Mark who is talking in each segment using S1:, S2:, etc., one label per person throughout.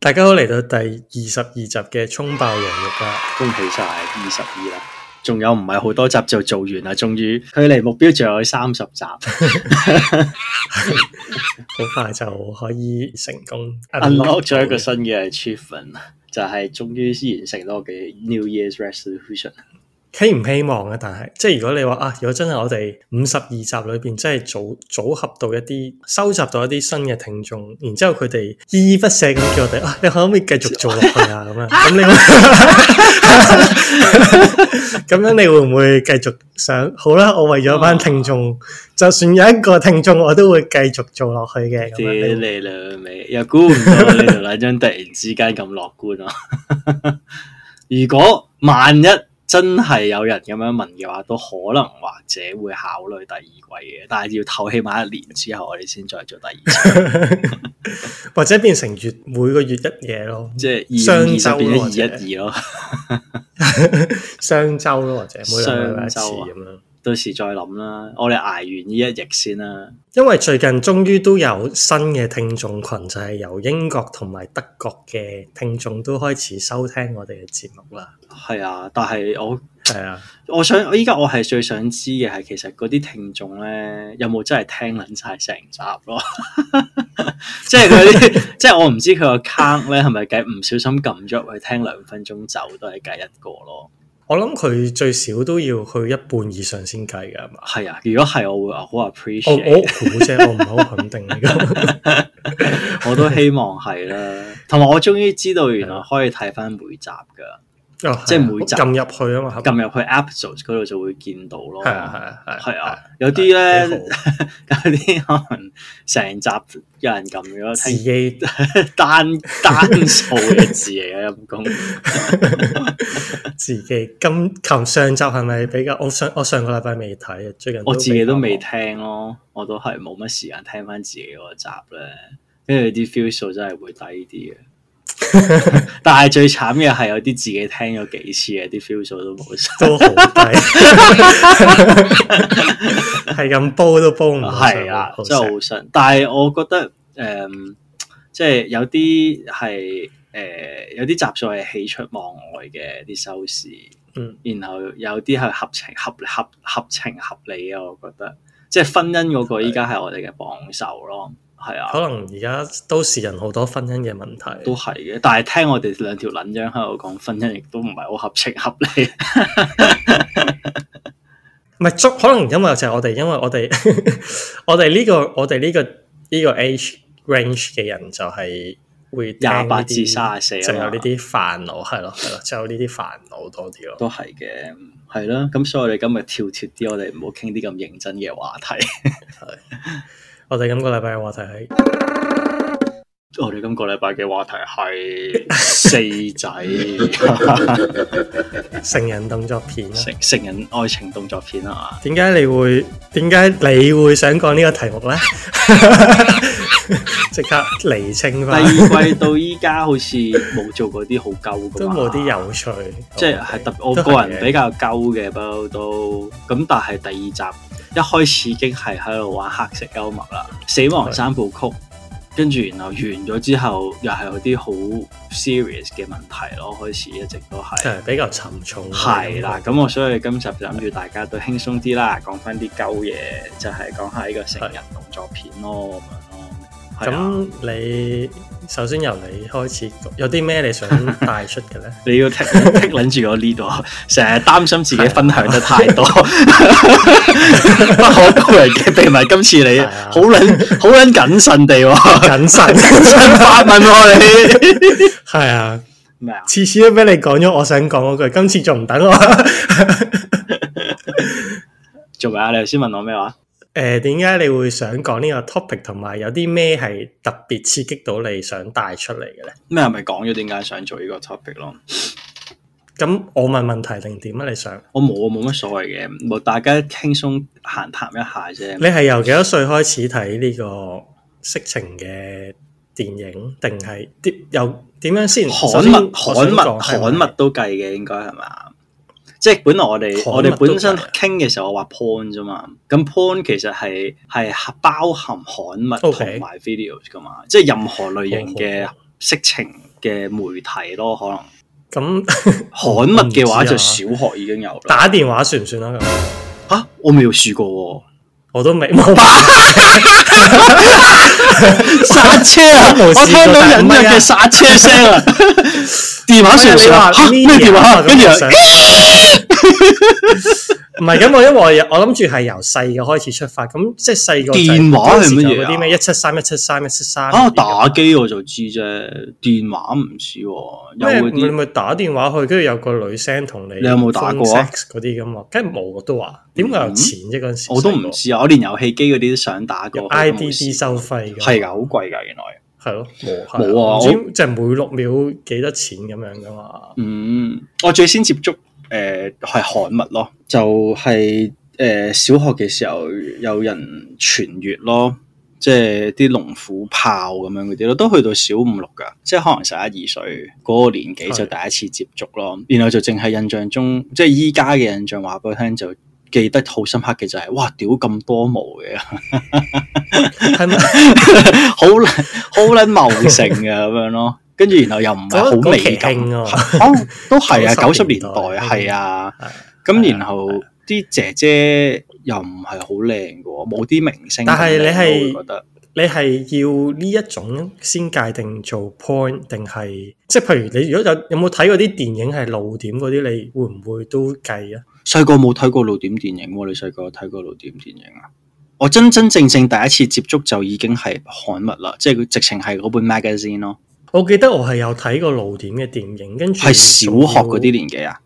S1: 大家好，嚟到第二十二集嘅蔥爆羊肉啦，
S2: 恭喜晒二十二啦！仲有唔係好多集就做完啦，終於距離目標仲有三十集
S1: 好快就可以成功
S2: ，unlock 咗一個
S1: 到
S2: 新嘅 achievement，就係終於完成到我嘅 New Year's resolution。
S1: 希唔希望啊？但係即係如果你話啊，如果真係我哋五十二集裏邊真係組組合到一啲收集到一啲新嘅聽眾，然之後佢哋依依不捨咁叫我哋啊，你可唔可以繼續做落去啊？咁樣 咁你會 咁樣你會唔會繼續想？好啦，我為
S2: 哦
S1: 咗班聽眾，就算有一個聽眾，我都會繼續做落去嘅。咁
S2: 屌
S1: 樣你會
S2: 你兩味，又估唔到你條兩張突然之間咁樂觀啊！ 如果萬一真係有人咁樣問嘅話，都可能或者會考慮第二季嘅，但係要唞起碼一年之後，我哋先再做第二季。
S1: 或者變成月每個月一嘢咯，
S2: 即係二五二
S1: 雙
S2: 十
S1: 週
S2: 變
S1: 咯或
S2: 咗
S1: 者
S2: 二一二咯。
S1: 雙週咯，或者每兩個禮拜一次
S2: 雙週啊
S1: 咁樣。
S2: 到時再諗啦。我哋捱完呢一役先啦。
S1: 因為最近終於都有新嘅聽眾群，就係、由英國同埋德國嘅聽眾都開始收聽我哋嘅節目啦。
S2: 係啊，但係我
S1: 係啊，
S2: 我想我依家我係最想知嘅係其實嗰啲聽眾咧有冇真係聽撚晒成集咯？ 即係佢啲， 即係我唔知佢個 count 咧係咪計唔小心撳咗入去聽兩分鐘走都係計一個咯。
S1: 我諗佢最少都要去一半以上先計㗎係 嘛。
S2: 係啊，如果係我會好
S1: 我
S2: appreciate，
S1: 我估啫，我唔係好肯定呢個。
S2: 我都希望係啦。同埋我終於知道原
S1: 啊
S2: 來可以睇翻每集㗎，
S1: 哦
S2: 即係每集
S1: 撳入去啊嘛，
S2: 撳入去 episodes 嗰度就會見到咯。
S1: 係啊係啊
S2: 係啊，
S1: 係
S2: 有啲
S1: 幾
S2: 咧
S1: 好。
S2: 有啲可能成集有人撳咗，
S1: 自
S2: 聽
S1: 己
S2: 單單數嘅字嚟嘅陰公，
S1: 自己今琴上集係咪比較？我上我上個禮拜未睇，啊最近
S2: 我自己都未
S1: 比較忙。
S2: 聽咯，我都係冇乜時間聽翻自己嗰集咧，跟住啲 view 數真係會低啲嘅。但係最慘嘅係有啲自己聽咗幾次嘅啲 view 數都冇晒，
S1: 都好低， 係咁煲都煲唔到上
S2: 係啊，
S1: 好食
S2: 真係好神。但係我覺得誒、嗯即係有啲係誒有啲集數係喜出望外嘅啲收視。
S1: 嗯，
S2: 然後有啲係合情合合合情合理嘅，我覺得即係婚姻嗰個依家係我哋嘅榜首咯，係
S1: 可
S2: 啊，
S1: 能而家都市人好多婚姻嘅問題，
S2: 都係嘅。但係聽我哋兩條撚樣喺度講婚姻，亦都唔係好合情合理。
S1: 唔係足，可能因為就係我哋，因為我哋 我哋呢、個我哋呢、個呢、個 age range 嘅人就係會聽呢啲
S2: 28至34
S1: 就有呢啲煩惱，係咯係咯，就有呢啲煩惱多啲咯。
S2: 都係嘅，嗯係啦。咁所以我哋今日跳脱啲，我哋唔好傾啲咁認真嘅話題。
S1: 我哋今個禮拜嘅話題係
S2: 我哦哋今個禮拜嘅話題係四 仔
S1: 成人動作片啊啦。
S2: 成成人愛情動作片 啊！
S1: 點解你會點解你會想講呢 個題目咧？即刻釐清
S2: 第
S1: 翻
S2: 二，季到依家好似冇做過啲好鳩㗎
S1: 都
S2: 嘛
S1: 冇啲有趣，
S2: 即係係特我
S1: 都
S2: 個
S1: 係
S2: 人
S1: 嘅
S2: 比較鳩嘅不嬲都咁，但係第二集一開始已經係喺度玩黑色幽默啦，《死亡三部曲》，跟住然後完咗之後又係有啲好 serious 嘅問題咯，開始一直都
S1: 就
S2: 係
S1: 係比較沉重。
S2: 係啦，，咁我所以今集就諗住大家都輕鬆啲啦，講翻啲鳩嘢，就係講下呢個成人動作片咯咁樣咯，係啊。
S1: 咁你首先由你開始，有啲咩 你想帶出嘅咧？
S2: 你要剔剔撚住我呢度，啊成日擔心自己分享得太多，不可告人嘅秘密。今次你
S1: 係啊
S2: 好撚好撚謹慎地喎，
S1: 謹慎
S2: 發問喎你
S1: 係啊，
S2: 咩啊？
S1: 次次都俾你講咗我想講嗰句，今次仲唔等我？
S2: 做咩啊？你頭先問我咩話？
S1: 誒點解你會想講呢個 topic，同埋有啲咩係特別刺激到你想帶出嚟嘅咧？
S2: 咩係咪講咗點解想做呢個 topic 咯？
S1: 咁我問問題定點啊？你想？
S2: 我冇我冇乜所謂嘅，冇大家輕鬆閒談一下啫。
S1: 你係由幾多歲開始睇呢個色情嘅電影，定係點又點樣先？
S2: 刊
S1: 首先
S2: 物
S1: 我想
S2: 刊物
S1: 講係咪
S2: 刊物都計嘅，應該係嘛？即係本來我哋
S1: 刊物
S2: 我哋本身
S1: 都計啊
S2: 傾嘅時候，我話 porn 啫嘛。咁 porn 其實係係包含刊物
S1: OK
S2: 同埋 videos 噶嘛，即係任何類型嘅
S1: 好
S2: 色情嘅媒體咯，可能
S1: 咁
S2: 刊物嘅話
S1: 我唔知啊
S2: 就小學已經有啦。
S1: 打電話算唔算啊？咁
S2: 嚇、我未試過喎、
S1: 我都 未冇冇
S2: 剎車啊！
S1: 我冇
S2: 我
S1: 試過
S2: 聽到隱約嘅剎車聲 啊！電話啊上上
S1: 你話
S2: 嚇
S1: 呢
S2: 咩電話？跟住
S1: 啊咁我 想唔係咁，我因為我有我諗住係由細嘅開始出發，咁即係細個就
S2: 電話係乜嘢啊
S1: 嗰時就嗰啲咩一七三一七三一七三
S2: 啊打機我就知啫，電話唔似喎，有
S1: 咩？
S2: 嗰
S1: 你
S2: 啲
S1: 咪打電話去，跟住有個女聲同你
S2: 你有冇打過啊
S1: phone sex 嗰啲咁啊？跟住冇我都話，點解有錢啫？嗰陣時
S2: 我都唔知啊！我連遊戲機嗰啲都想打過
S1: 有
S2: 我都冇
S1: IDD
S2: 試
S1: 收費㗎，
S2: 係㗎，好貴㗎，原來。
S1: 係咯，冇係
S2: 冇啊
S1: 唔知即係每六秒幾多錢咁樣㗎 嘛？
S2: 嗯，我最先接觸誒係刊物咯，就係、誒、小學嘅時候有人傳閱咯，即係啲龍虎豹咁樣嗰啲咯，都去到小五六噶，即係可能十一二歲嗰、個年紀就第一次接觸咯，然後就淨係印象中，即係依家嘅印象話俾我聽就。記得好深刻嘅就係、哇！屌咁多毛嘅，
S1: 係咪？
S2: 好撚 好撚茂盛嘅咁樣咯。跟住然後又唔係
S1: 嗰
S2: 好
S1: 嗰
S2: 美
S1: 期
S2: 感，
S1: 興啊嘛
S2: 哦，都係 啊，九十
S1: 90
S2: 年
S1: 年
S2: 代
S1: 代
S2: 係啊。
S1: 係
S2: 咁
S1: 係
S2: 然後啲姐姐又唔係好靚嘅喎，冇啲明星咁靚咯。
S1: 但係你係
S2: 我會覺得
S1: 你係要呢一種先界定做 point，定係即係譬如你如果有有冇睇過啲電影係露點嗰啲，你會唔會都計啊？
S2: 細個冇睇過露點電影喎，你細個有睇過露點電影啊？我真真正正第一次接觸就已經係刊物啦，即係佢直情係嗰本 magazine 咯，
S1: 我記得我係有睇過露點嘅電影，跟住
S2: 係小學嗰啲
S1: 仲要。
S2: 年紀啊。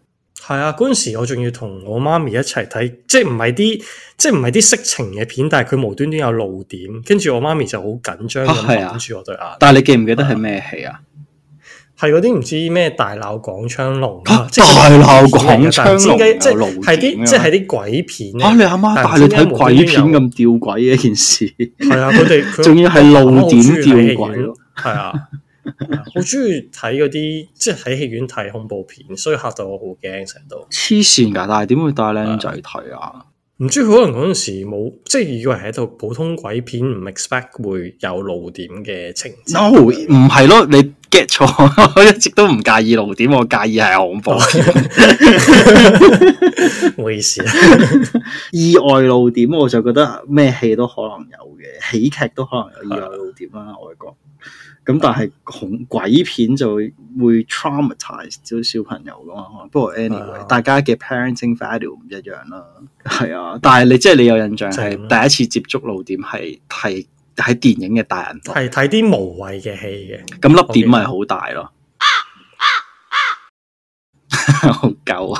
S1: 係啊，嗰陣時我仲要同我媽咪一齊睇，即係唔係啲即係唔係啲色情嘅片，但係佢無端端有露點，跟住我媽咪就好緊張
S2: 啊
S1: 咁
S2: 係啊
S1: 揞住我對眼，
S2: 但係你記唔記得係咩戲啊？
S1: 係嗰啲唔知咩大鬧廣昌隆
S2: 嚇
S1: 啊，即係
S2: 大鬧
S1: 片嚟
S2: 廣
S1: 嘅但唔知
S2: 昌
S1: 點
S2: 隆
S1: 解
S2: 有露
S1: 即係係
S2: 點
S1: 啲
S2: 㗎
S1: 即係啲鬼片嚟
S2: 啊！
S1: 嘅
S2: 你阿媽
S1: 嗯但
S2: 帶
S1: 係
S2: 你
S1: 唔知點
S2: 睇
S1: 解無
S2: 鬼
S1: 端端
S2: 片
S1: 有
S2: 咁吊鬼嘅一件事，
S1: 係啊，佢哋佢
S2: 仲要係露
S1: 我好
S2: 點吊
S1: 中意睇戲
S2: 鬼
S1: 院
S2: 咯。
S1: 係啊，係啊好中意睇嗰啲即係喺戲院睇恐怖片，所以嚇到我好驚成日都。
S2: 黐線㗎！但係點會帶僆仔睇啊？
S1: 唔知佢可能嗰陣時冇，即係以為係一套普通鬼片，唔 expect 會有露點嘅情節。
S2: no 唔係咯，你 get 錯， 我一直都唔介意露點，我介意係恐怖
S1: 唔好意思啊，
S2: 意外露點，我就覺得咩戲都可能有嘅，喜劇都可能有意外露點啦，外國。咁但係恐鬼片就會 traumatize 咗小朋友噶嘛，可能不過
S1: 係
S2: anyway，
S1: 啊
S2: 大家嘅 parenting value 唔一樣啦，係啊。但係你即係你有印象係
S1: 正啦
S2: 第一次接觸露點係係喺電影嘅大人堂，
S1: 係睇啲無謂嘅戲嘅。
S2: 咁粒點咪好大咯。 好狗啊！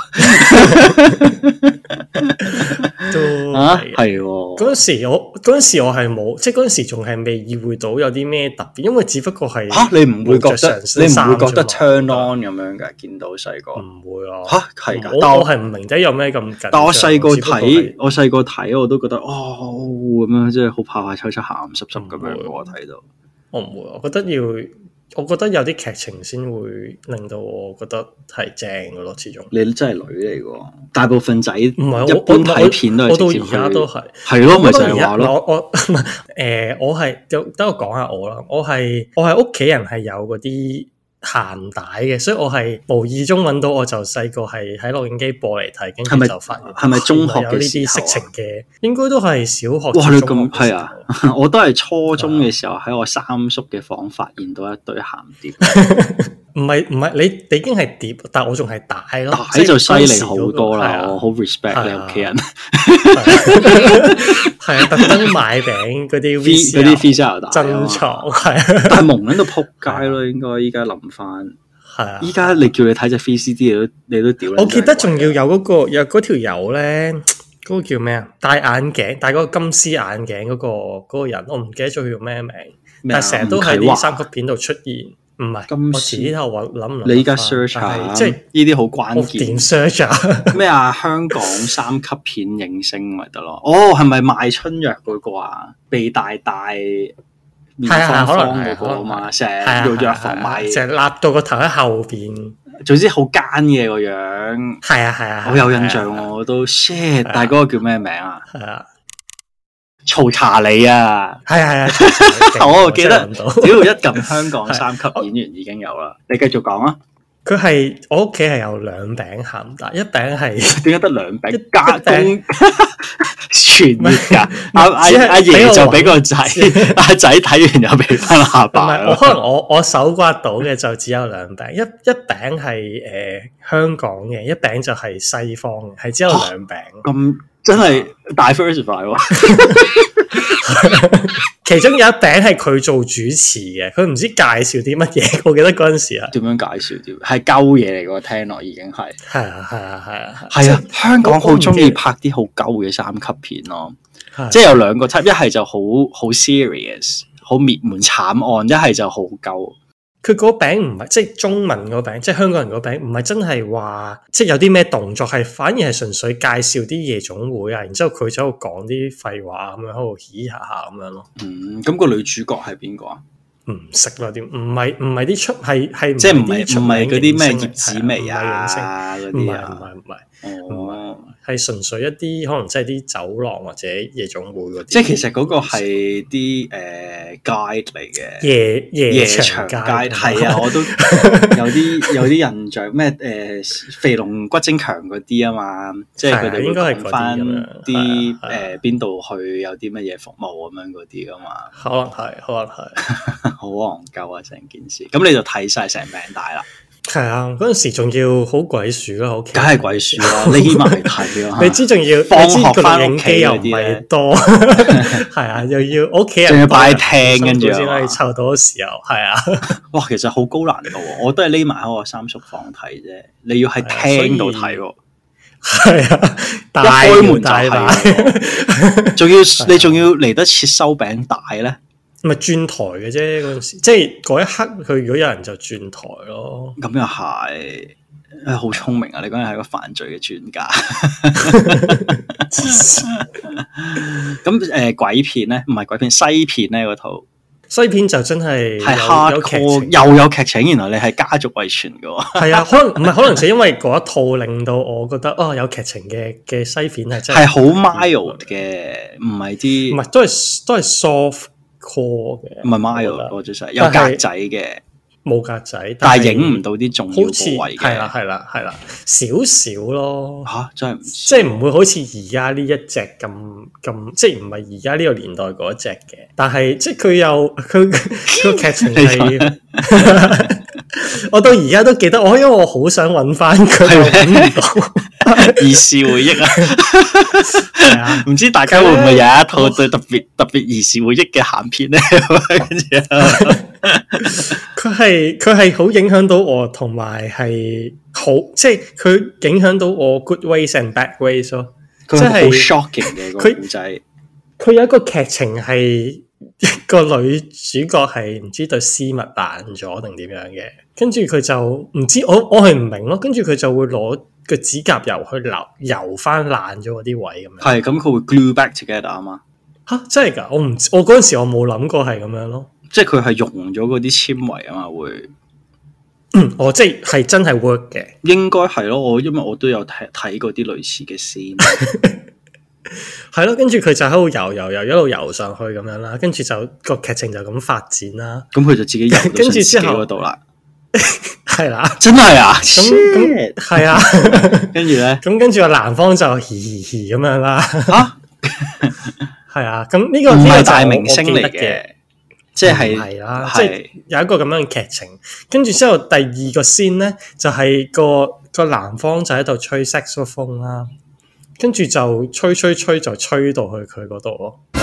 S1: 都
S2: 啊，
S1: 係
S2: 係喎，
S1: 嗰陣時我嗰陣時我係冇，即係嗰陣時仲係未意會到有啲咩特別，因為只不過係
S2: 吓你唔會覺
S1: 冇着上
S2: 得你
S1: 身
S2: 唔
S1: 衫
S2: 會覺得
S1: 啫嘛
S2: turn on 咁樣㗎？見到細個
S1: 唔會啊。
S2: 吓係㗎，但
S1: 我我
S2: 我
S1: 係唔明仔有咩咁緊張。
S2: 但我細個
S1: 嗯只不過係
S2: 睇，我細個睇我都覺得哦咁樣，即係好怕怕抽抽鹹濕濕咁樣
S1: 嗯唔會
S2: 喎。我睇到
S1: 我唔會，我覺得要，我覺得有啲劇情先會令到我覺得係正嘅咯，始終。
S2: 你真係女嚟㗎，大部分仔
S1: 唔係我
S2: 一般睇片都
S1: 我
S2: 係
S1: 我到
S2: 直接
S1: 而家都
S2: 去
S1: 係。
S2: 係咯，咪就
S1: 我到而
S2: 係
S1: 家
S2: 話咯，
S1: 我我 誒，我係有等我講下我啦。我係我係屋企人係有嗰啲鹹帶嘅，所以我係無意中揾到，我就細個係喺錄影機播嚟睇，跟
S2: 係咪
S1: 住就發現
S2: 係咪中學嘅
S1: 原來有呢
S2: 時
S1: 啲
S2: 候
S1: 色
S2: 啊
S1: 情嘅？應該都係小學。
S2: 哇你咁
S1: 係
S2: 係啊！ 我都係初中嘅時候喺我三叔嘅房發現到一堆鹹 碟。
S1: 唔係唔係，你你已經係碟，但我仲係帶咯，即
S2: 大
S1: 係
S2: 就犀
S1: 嗰
S2: 利
S1: 時嗰
S2: 好
S1: 個
S2: 多
S1: 係
S2: 啦，
S1: 啊
S2: 我好 respect
S1: 係
S2: 你
S1: 啊
S2: 屋企人
S1: 係啊，特登買餅 嗰啲
S2: V 嗰啲
S1: VCR
S2: visa 大啊
S1: 珍藏，係啊
S2: 但係蒙撚到撲街咯，應該依家諗翻，
S1: 係啊。
S2: 依家你叫你睇只 VCD，你都你都屌撚咗
S1: 我記得
S2: 佢
S1: 仲要有嗰個有嗰條友咧，嗰個叫咩啊？戴眼鏡，戴嗰個金絲眼鏡嗰個嗰個人，我唔記得咗佢叫咩名，
S2: 咩
S1: 但
S2: 啊
S1: 係成日都喺
S2: 吳啟華
S1: 啲三級片度出現。唔係，
S2: 金絲
S1: 我自己頭揾諗唔諗得
S2: 你依家
S1: 返
S2: search
S1: 啊但
S2: 下，
S1: 係即
S2: 即係
S1: 係
S2: 呢啲好
S1: 我
S2: 關鍵
S1: 點 search 啊？
S2: 咩啊？香港三級片影星咪得咯？哦，係咪賣春藥嗰個啊？鼻大大面
S1: 係啊
S2: 方
S1: 可能
S2: 方嗰
S1: 係
S2: 個啊嘛，成
S1: 係啊，
S2: 日要藥房
S1: 係啊
S2: 買，
S1: 就係立到個頭喺後邊。
S2: 總之好奸嘅個樣，
S1: 係啊，係啊，
S2: 好有印象
S1: 係啊
S2: 喎，我都 shit，但係嗰個叫咩名啊？
S1: 係啊，
S2: 曹查理啊！
S1: 係 係係，
S2: 我記得
S1: 真係諗到
S2: 只要一撳香 港三級演員已經有啦。你繼續講啊，
S1: 佢係我屋企係有兩餅鹹蛋，一餅係
S2: 點解得兩餅
S1: 一
S2: 加工全熱㗎？阿阿
S1: 只係
S2: 阿
S1: 俾
S2: 爺
S1: 我
S2: 就
S1: 揾
S2: 俾個仔，阿仔睇完就俾翻阿
S1: 唔
S2: 爸
S1: 係我
S2: 咯。
S1: 可能我 我手刮到嘅就只有兩餅，一一餅係誒香港嘅，一餅就係西方嘅，係只有兩餅。
S2: 咁真係 diversify 喎。
S1: 其中有一餅係佢做主持嘅，佢唔知介紹啲乜嘢，我記得嗰陣時啊係
S2: 點樣介紹啲？係鳩嘢嚟喎，聽落已經係。
S1: 係啊係啊係啊
S2: 係啊，香港好中
S1: 我
S2: 意
S1: 唔知
S2: 拍啲好鳩嘅三級片咯，
S1: 係啊
S2: 即係有兩個 type，一係就好好 serious，好滅門慘案，一係就好鳩。
S1: 佢嗰餅唔係即係中文嗰餅，即係香港人嗰餅，唔係真係話即係有啲咩動作，係反而係純粹介紹啲夜總會啊，然之後佢就喺度講啲廢話咁樣，喺度嘻下下咁樣咯，
S2: 嗯，咁個女主角係邊個啊？
S1: 唔識啦點，唔係唔係啲出係係
S2: 即係唔
S1: 係嗯
S2: 係
S1: 啲出
S2: 唔
S1: 名
S2: 係嗰啲咩葉
S1: 影
S2: 子
S1: 星
S2: 薇
S1: 嚟
S2: 啊
S1: 係唔係影
S2: 嗰
S1: 星唔係
S2: 啲
S1: 唔
S2: 啊？
S1: 係唔係，
S2: 哦，
S1: 係純粹一啲可能即係啲酒廊或者夜總會嗰啲，
S2: 即係其實嗰個係啲誒 guide 嚟嘅。
S1: 夜
S2: 夜
S1: 夜
S2: 場
S1: 場
S2: 街
S1: 街
S2: 係啊，我都有啲有啲印象咩誒肥龍骨精強嗰啲啊嘛，即係佢哋
S1: 係啊應該
S2: 會
S1: 係
S2: 講
S1: 嗰啲
S2: 翻
S1: 咁樣
S2: 啲
S1: 係啊係啊
S2: 誒邊度去有啲乜嘢服務啊咁樣嗰啲噶嘛，
S1: 可能係可能係。
S2: 好戇鳩啊成件事。咁你就睇晒成餅大 啦，
S1: 係啊，嗰陣時仲要好鬼鼠啦，屋企
S2: 梗。係鬼 鼠啦，匿埋睇啊！
S1: 你知仲要，
S2: 放
S1: 你知
S2: 學
S1: 個
S2: 返
S1: 錄
S2: 屋
S1: 影
S2: 企
S1: 機又唔
S2: 嗰啲咧
S1: 係多， 係啊，又要屋企人
S2: 仲要
S1: 幫人
S2: 擺廳跟住
S1: 先
S2: 啊
S1: 可
S2: 嘛
S1: 以湊到時候，係啊，
S2: 哇，其實好高難度喎，我都係匿埋喺我三叔房睇啫，你要喺
S1: 係啊所以
S2: 廳度睇喎。
S1: 係啊，
S2: 一
S1: 大
S2: 開門
S1: 門
S2: 就
S1: 大把，
S2: 係， 仲要
S1: 啊
S2: 你仲要嚟得切收餅帶咧，
S1: 咪轉台嘅啫嗰陣時，即係嗰一刻佢如果有人就轉台咯，
S2: 咁又係，誒好聰明啊！你嗰陣係個犯罪嘅 專家。咁誒、呃鬼片咧，唔係鬼片，西片咧嗰套
S1: 西片就真係有
S2: 係
S1: 有劇
S2: hardcore，
S1: 情，
S2: 又有劇情，原來你係家族遺傳嘅喎，
S1: 係啊，可能唔係可能就因為嗰一套令到我覺得哦有劇情嘅嘅西片係真
S2: 係
S1: 係
S2: 好 mild 嘅，唔係啲
S1: 唔係都係都係 soft core 嘅，
S2: 唔係 mild 嗰隻細，有格仔嘅，
S1: 冇格仔，
S2: 但係
S1: 係
S2: 影唔到啲重要
S1: 好似
S2: 部位
S1: 係啦
S2: 嘅。
S1: 係啦係啦，少少咯
S2: 嚇、，真係唔知
S1: 即係唔會好似而家呢一隻咁咁，即係唔係而家呢個年代嗰一隻嘅，但係即係佢又佢佢個劇情係。啊 我到而家都記得，我因為我好想揾翻佢，
S2: 係
S1: 我
S2: 咩
S1: 揾唔到。
S2: 兒時回憶啊！
S1: 係啊，
S2: 唔知大家會唔會有一套對特別特別兒時回憶嘅鹹 片咧？跟住
S1: 佢係佢係好影響到我，同埋係好即係佢影響到我 good ways and bad ways 咯。
S2: 佢係
S1: 即
S2: 好
S1: 係
S2: shocking 嘅個
S1: 佢
S2: 故仔，
S1: 佢有一個劇情係個女主角係唔知對絲襪爛咗定點樣嘅，跟住佢就唔知我我係唔明咯，跟住佢就會攞個指甲油去留油翻爛咗嗰啲位咁樣。
S2: 係咁佢會 glue back together 啊嘛，
S1: 吓、真係㗎！我唔知我嗰陣時我冇諗過係咁樣咯。
S2: 即係佢係溶咗嗰啲纖維啊嘛，會
S1: 嗯我即係係真係 work 嘅，
S2: 應該係咯。我因為我都有睇睇過啲類似嘅 scene，
S1: 係咯。跟住佢就喺度游游游一路游上去咁樣啦，跟住就個劇情就咁發展啦，
S2: 咁佢就自己游到
S1: 跟
S2: 上
S1: 住
S2: 自己
S1: 之後
S2: 嗰度啦。
S1: 係啦。
S2: 真係啊！
S1: 咁咁
S2: Shit！
S1: 係啊，
S2: 跟住咧
S1: 咁跟住個男方就嘻嘻嘻咁樣啦。
S2: 嚇，
S1: 係啊，咁呢、個
S2: 唔
S1: 呢個
S2: 係
S1: 就
S2: 大
S1: 我
S2: 明星
S1: 我記
S2: 嚟
S1: 得
S2: 嘅，即係
S1: 唔係啦，即
S2: 係
S1: 係有一個咁樣嘅劇情。跟住之後第二個先咧，就係、個個男方就喺度吹 saxophone 啦，跟住就吹吹吹就吹到去佢嗰度咯。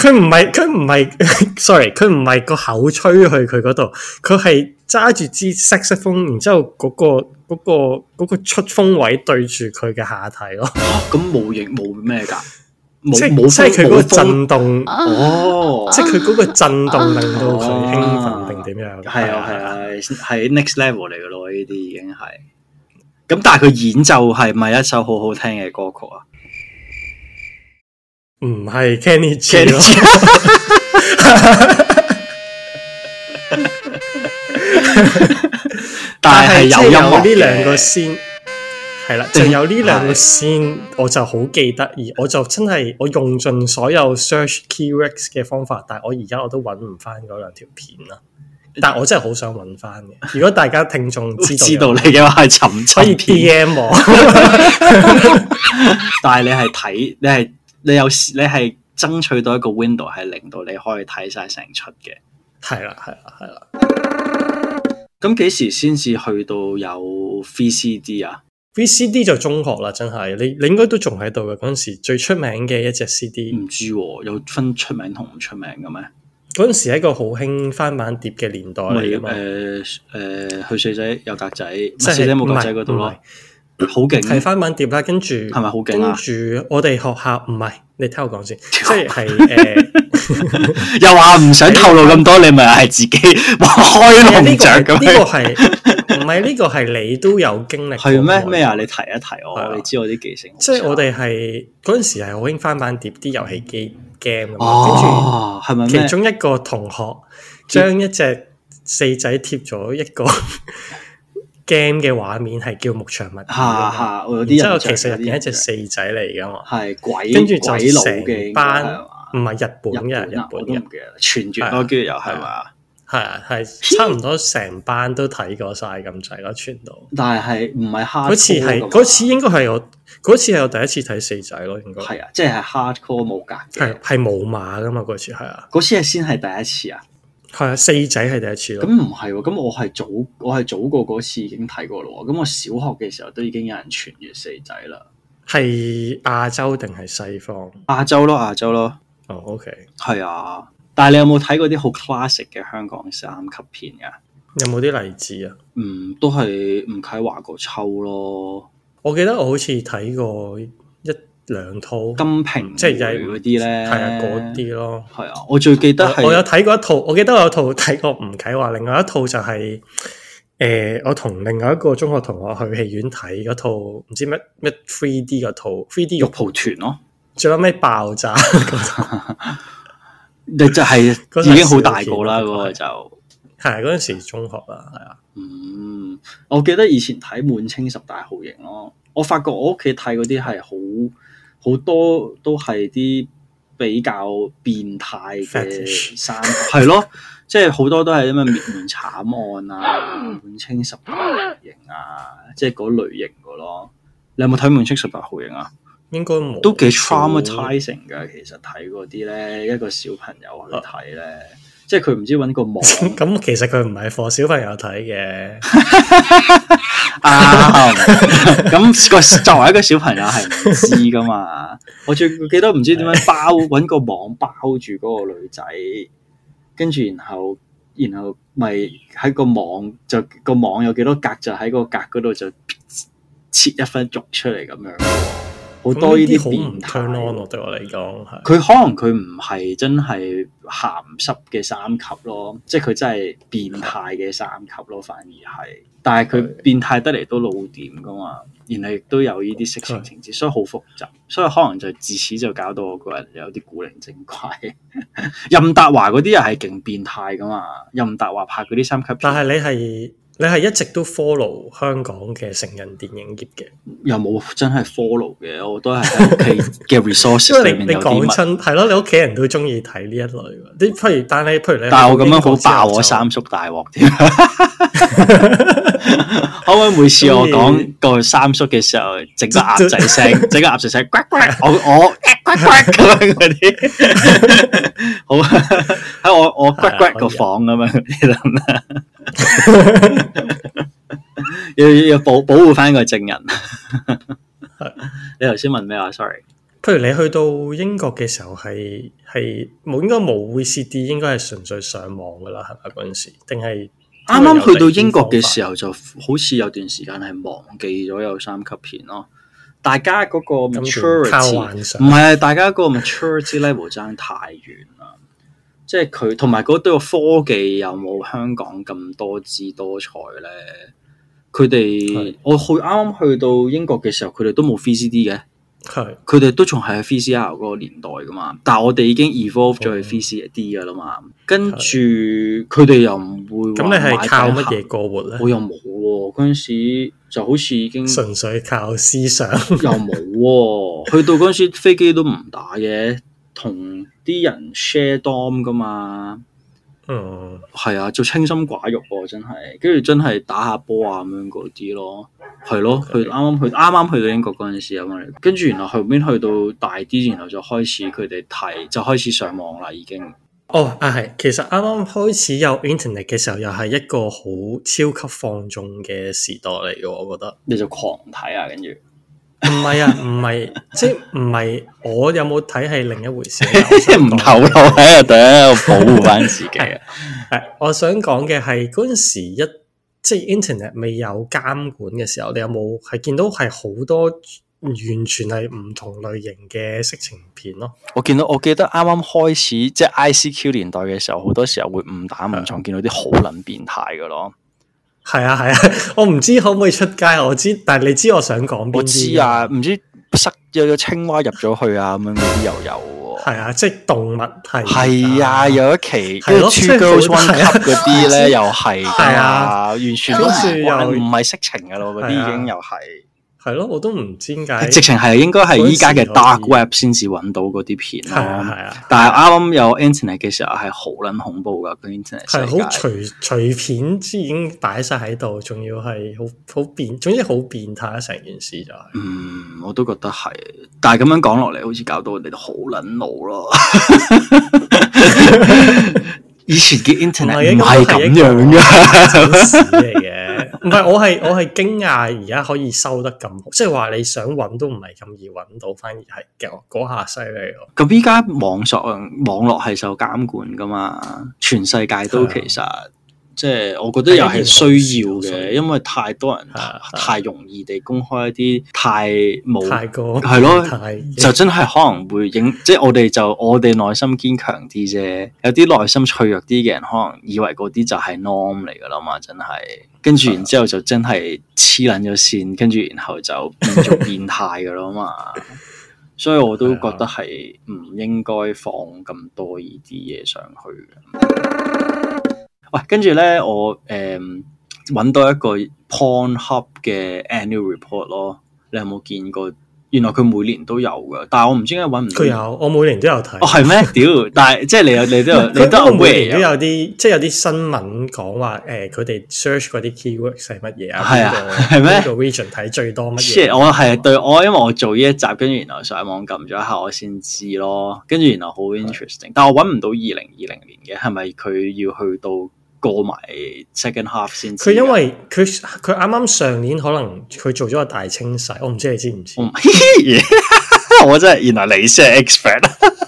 S1: 佢唔係佢唔係 ，sorry，佢唔係個口吹去佢嗰度，佢係揸住支 saxophone，然之後嗰、個嗰、個嗰、個出風位對住佢嘅下體咯，
S2: 咁冇影冇咩㗎，冇
S1: 即係
S2: 冇
S1: 即係佢嗰個
S2: 冇風
S1: 震動。
S2: 哦。
S1: 即係佢嗰個震動令到佢興
S2: 哦
S1: 奮定點樣？
S2: 係啊係啊，係 next level 嚟噶咯，呢啲已經係。咁但係佢演奏係咪一首好好聽嘅歌曲啊？
S1: 唔係 Kenny G
S2: Kenny
S1: 咯，
S2: 但係
S1: 係
S2: 有音樂
S1: 呢
S2: 嘅
S1: 兩個先，係啦，就有呢兩個 scene 我就好記得，而我就真係我用盡所有 search keywords 嘅方法，但係我而家我都揾唔翻嗰兩條片啦。但係我真係好想揾翻嘅。如果大家聽眾知道，
S2: 知道你嘅話係尋
S1: 可以
S2: 尋片，
S1: D M 我，
S2: 但係你係睇，你係你有時你係爭取到一個 window 係令到你可以睇晒成出嘅。
S1: 係啦係啦係啦。
S2: 咁幾時先至去到有 VCD 啊？
S1: V C D 就中學啦，真係你你應該都仲喺度嘅嗰陣時，最出名嘅一隻 C D。
S2: 唔知喎、有分出名同唔出名嘅咩？
S1: 嗰陣時係一個好興翻版碟嘅年代
S2: 咪
S1: 嚟噶嘛，
S2: 誒誒，去四仔有格仔，
S1: 啊
S2: 唔
S1: 即
S2: 係
S1: 係
S2: 四仔冇格仔嗰度咯，好勁
S1: 係翻版碟啦。跟住係
S2: 咪好勁
S1: 跟
S2: 啊
S1: 住我哋學校唔係，你聽我講 先，即係係誒，
S2: 又話唔想透露咁多，你咪係自己 開
S1: 係啊呢
S2: 籠
S1: 個
S2: 着
S1: 係
S2: 咁
S1: 呢個
S2: 樣。
S1: 係唔係呢個係你都有經歷過
S2: 係咩
S1: 嘅
S2: 咩啊？你提一提
S1: 係啊
S2: 我，你知我啲記性好差。
S1: 即係我哋係嗰陣時係好興翻版碟啲遊戲機 game 咁樣，
S2: 哦，係咪
S1: 跟住其
S2: 咩？
S1: 中一個同學將一隻四仔貼咗一個 game 嘅畫面，係叫牧場物語㗎嘛
S2: 下下我有啲
S1: 然之後
S2: 人
S1: 其實入邊係一隻四仔嚟噶嘛，
S2: 係鬼
S1: 跟住就
S2: 鬼佬嘅
S1: 成
S2: 應該係
S1: 班
S2: 嘛
S1: 唔係日本
S2: 日
S1: 嘅，
S2: 本
S1: 日
S2: 啊
S1: 本
S2: 我都唔
S1: 嘅
S2: 記得啦，全
S1: 係
S2: 月咯，
S1: 啊
S2: 跟住又係嘛？
S1: 係啊係差唔多成班都睇過晒咁滯咯，全都
S2: 但係係唔係 hard？
S1: 嗰次係
S2: 啊
S1: 嗰次應該係我嗰次係我第一次睇四仔咯，應該係
S2: 係啊，即係 hardcore 冇格嘅。
S1: 係冇碼噶嘛嗰次係啊
S2: 嗰次係先係第一次啊！
S1: 係啊四仔係第一次
S2: 咁
S1: 咯，
S2: 唔係喎，咁我係早我係早過嗰次已經睇過咯喎。咁我小學嘅時候都已經有人傳閱四仔啦。
S1: 係亞洲定係西方？
S2: 亞洲咯，亞洲咯，
S1: 哦，OK，
S2: 係啊。但係你有冇睇過啲好 classic 嘅香港三級片㗎？
S1: 有冇啲例子啊？
S2: 嗯，都係吳啟華個秋咯，
S1: 我記得我好似睇過一兩套，
S2: 金瓶
S1: 即係就係
S2: 梅嗰啲咧，
S1: 係啊嗰。啲咯。
S2: 係啊，我最記得
S1: 我我有
S2: 係
S1: 睇過一套，我記得我有套睇過吳啟華，另外一套就係、誒、我同另外一個中學同學去戲院睇嗰套唔知乜乜 three D 嗰套 three D
S2: 玉
S1: 肉，
S2: 蒲團咯，
S1: 最後尾爆炸
S2: 你就係
S1: 嗰陣
S2: 已經好大
S1: 小
S2: 個啦，
S1: 片
S2: 嗰個
S1: 係
S2: 就。
S1: 係啊嗰陣時中學啦，係啊，
S2: 嗯，我記得以前睇《滿清十大酷刑》咯，我發覺我屋企睇嗰啲係好好多都係啲比較變態
S1: Fetish
S2: 嘅衫，係咯，即係好多都係因為滅門慘案啊、滿清十大酷刑啊，即係嗰類型嘅咯。你有冇睇《滿清十大酷刑》啊？
S1: 應該冇
S2: 都幾 traumatizing 㗎，其實睇嗰啲咧，一個小朋友去睇咧，即係佢唔知揾個網。
S1: 咁其實佢唔係 for 小朋友睇嘅，
S2: 啊，咁個作為一個小朋友係唔知噶嘛，我最記得唔知點樣包揾個網包住嗰個女仔，跟住然後然後咪喺個網就個網有幾多格就喺個格嗰度就切一分肉出嚟咁樣，好
S1: 咁
S2: 多呢
S1: 啲好
S2: 啲
S1: 唔
S2: 變
S1: turn on
S2: 態。
S1: 咯，對我嚟講係。
S2: 佢可能佢唔係真係鹹濕嘅三級咯，即係佢真係變態嘅三級咯，反而係。但係佢變態得嚟都露點噶嘛，然後亦都有呢啲色情情節，所以好複雜，所以可能就自此就搞到我個人有啲古靈精怪。 任達華嗰啲又係勁變態噶嘛，任達華拍嗰啲三級片
S1: 但係你係你係一直都 follow 香港嘅成人電影業嘅，
S2: 又冇真係 follow 嘅，我都係喺屋企 嘅 resources
S1: 因為你
S2: 裏面
S1: 你
S2: 有啲
S1: 講
S2: 物
S1: 親係咯，你屋企人都中意睇呢一類㗎。你譬如，但係譬如你，
S2: 但係我咁樣好爆我三叔大鑊添，可唔可以每次我講個三叔嘅時候，整個鴨仔 聲，整個鴨仔聲，呱呱，我我呱呱 咁樣嗰啲，好喺我我呱
S1: 係啊
S2: 呱個房咁樣嗰啲得唔得？ 要要要保保護翻 個證人。你頭先問咩話？Sorry。
S1: 譬如你去到英國嘅時候係係冇應該冇 VCD，應該係純粹上網㗎啦，係咪嗰陣時？定係
S2: 啱啱去到英國嘅時候，就好似有段時間係忘記咗有三級片咯。大家嗰
S1: 咁
S2: 個
S1: 靠
S2: maturity
S1: 幻想
S2: 唔係，啊大家嗰個 maturity level 爭太遠啦。即係佢同埋嗰度科技又冇香港咁多姿多彩咧。佢哋
S1: 係
S2: 我去啱啱去到英國嘅時候，佢哋都冇 VCD 嘅，
S1: 係
S2: 佢哋都仲係喺 VCR 嗰個年代噶嘛。但係我哋已經 evolve 咗去
S1: 哦
S2: VCD 噶啦嘛。跟住佢哋又唔會會
S1: 咁
S2: 話
S1: 你係
S2: 買
S1: 靠
S2: 對
S1: 乜
S2: 鞋
S1: 嘢過活咧？
S2: 我又冇喎、嗰陣時就好似已經
S1: 純粹靠思想。
S2: 又冇喎、去到嗰陣時飛機都唔打嘅，同啲人 share dom 噶嘛，
S1: 嗯，
S2: 係啊，就清心寡欲喎、真係，跟住真係打下波啊咁樣嗰啲咯，係咯，去啱啱去啱啱去到英國嗰陣時咁樣嚟，跟住然後後邊去到大啲，然後就開始佢哋提，就開始上網啦已經。
S1: 哦啊係，其實啱啱開始有 internet 嘅時候，又係一個好超級放縱嘅時代嚟嘅，我覺得。
S2: 你就狂睇啊，跟住
S1: 唔係 啊，唔係，即係唔係我有冇睇係另一回事。啊 我想講
S2: 露喺度，頂我保護翻自 己
S1: 啊！係，我想講嘅係嗰陣時一即係 internet 未有監管嘅時候，你有冇係見到係好多完全係唔同類型嘅色情片咯？
S2: 我見到我記得啱啱開始即係 ICQ 年代嘅時候，好多時候會誤打誤撞見到啲好撚變態嘅咯。
S1: 係啊係啊，我唔知可唔可以出街，我知，但係你知我想講邊啲？
S2: 我知啊，，唔知塞有咗青蛙入咗去啊，咁樣嗰啲又有喎。
S1: 係啊，即係動物係
S2: 係啊，有一期
S1: 係
S2: 跟
S1: 咯
S2: 住 Two
S1: 真
S2: Girls
S1: 係好
S2: One
S1: 睇啊
S2: Cup 嗰 啲咧，又
S1: 係
S2: 係係
S1: 啊
S2: 啊，完全都唔
S1: 跟住又
S2: 關唔係色情嘅咯，嗰
S1: 係
S2: 啲
S1: 啊
S2: 已經又係
S1: 係咯，我都唔知點解
S2: 直情係應該係依家嘅
S1: 嗰時可以
S2: Dark Web 先至揾到嗰啲片
S1: 係啊
S2: 咯。
S1: 係啊，
S2: 但係啱啱有 Internet 嘅時候係好撚恐怖噶，個 Internet
S1: 係好
S2: 世界。
S1: 隨隨片之已經擺晒喺度，仲要係好好變，總之好變態啊成件事就係、
S2: 嗯，我都覺得係，但係咁樣講落嚟，好似搞到我哋都好撚老 咯。以前嘅
S1: 唔
S2: internet
S1: 係
S2: 唔
S1: 嘅，
S2: 係
S1: 咁
S2: 咁
S1: 係
S2: 樣
S1: 嘅
S2: 噶，
S1: 屎嚟嘅。唔係，我係我係驚訝而家可以收得咁好，即係話你想揾都唔係咁易揾到，反而係嘅嗰下犀利咯。
S2: 咁依家網上網絡係受監管噶嘛，全世界都其實即係我覺得又係需要
S1: 啊係一件好事
S2: 嘅，因為太多人
S1: 係啊係啊
S2: 太容易地公開一啲太冇
S1: 太過
S2: 係咯
S1: 太
S2: 就真係可能會影，即係我哋就我哋內心堅強啲啫，有啲內心脆弱啲嘅人，可能以為嗰啲就係 norm 嚟噶啦嘛，真係。跟住然之後就真係黐撚咗線，跟住然後就變咗變態噶啦嘛。所以我都覺得係唔應該放咁多呢啲嘢上去嘅。喂，跟住咧，我誒揾、到一個 Pornhub 嘅 annual report 咯，你有冇見過？原來佢每年都有嘅，但係我唔知點解揾唔到。
S1: 佢有，我每年都有睇。
S2: 哦，係咩？屌！但係即係你有，你都有，
S1: 佢
S2: 你都
S1: 佢每
S2: aware
S1: 年都
S2: 有
S1: 有啲，即係有啲新聞講話誒，佢哋 search 嗰啲 keywords 係乜嘢啊？
S2: 係啊
S1: 邊個
S2: 係咩
S1: 邊個 region 睇最多乜嘢
S2: shit！我係對我，因為我做呢一集，跟住原來上網撳咗一下，我先知咯。跟住原來好 interesting，但我揾唔到二零二零年嘅，係咪佢要去到過埋 second half 先知㗎？
S1: 佢
S2: 啊
S1: 因為佢佢啱啱上年可能佢做咗個大清洗，我唔知你知唔知？
S2: 我唔 我真係原來你先 係 expert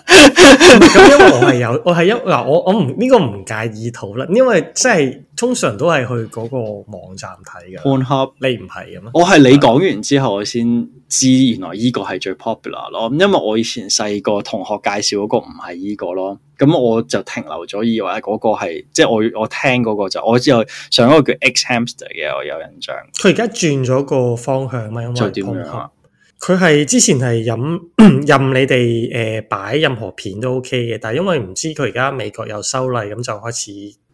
S1: 咁因為我係有， 我係因嗱，我我唔呢個唔介意討論，因為即係通常都係去嗰個網站睇嘅。
S2: Pornhub。
S1: 你唔係嘅咩？
S2: 我係你講完之後，我先知原來依個係最 popular 咯。因為我以前細個同學介紹嗰個唔係依個咯，咁我就停留咗以為嗰個係，即係我我聽嗰個就我知道上嗰個叫 X Hamster 嘅，我有印象。
S1: 佢而家轉咗個方向嘛，因為
S2: 就點樣
S1: Pornhub
S2: 啊？
S1: 佢係之前係任 任你哋誒擺任何片都 OK 嘅，但係因為唔知佢而家美國有修例，咁就開始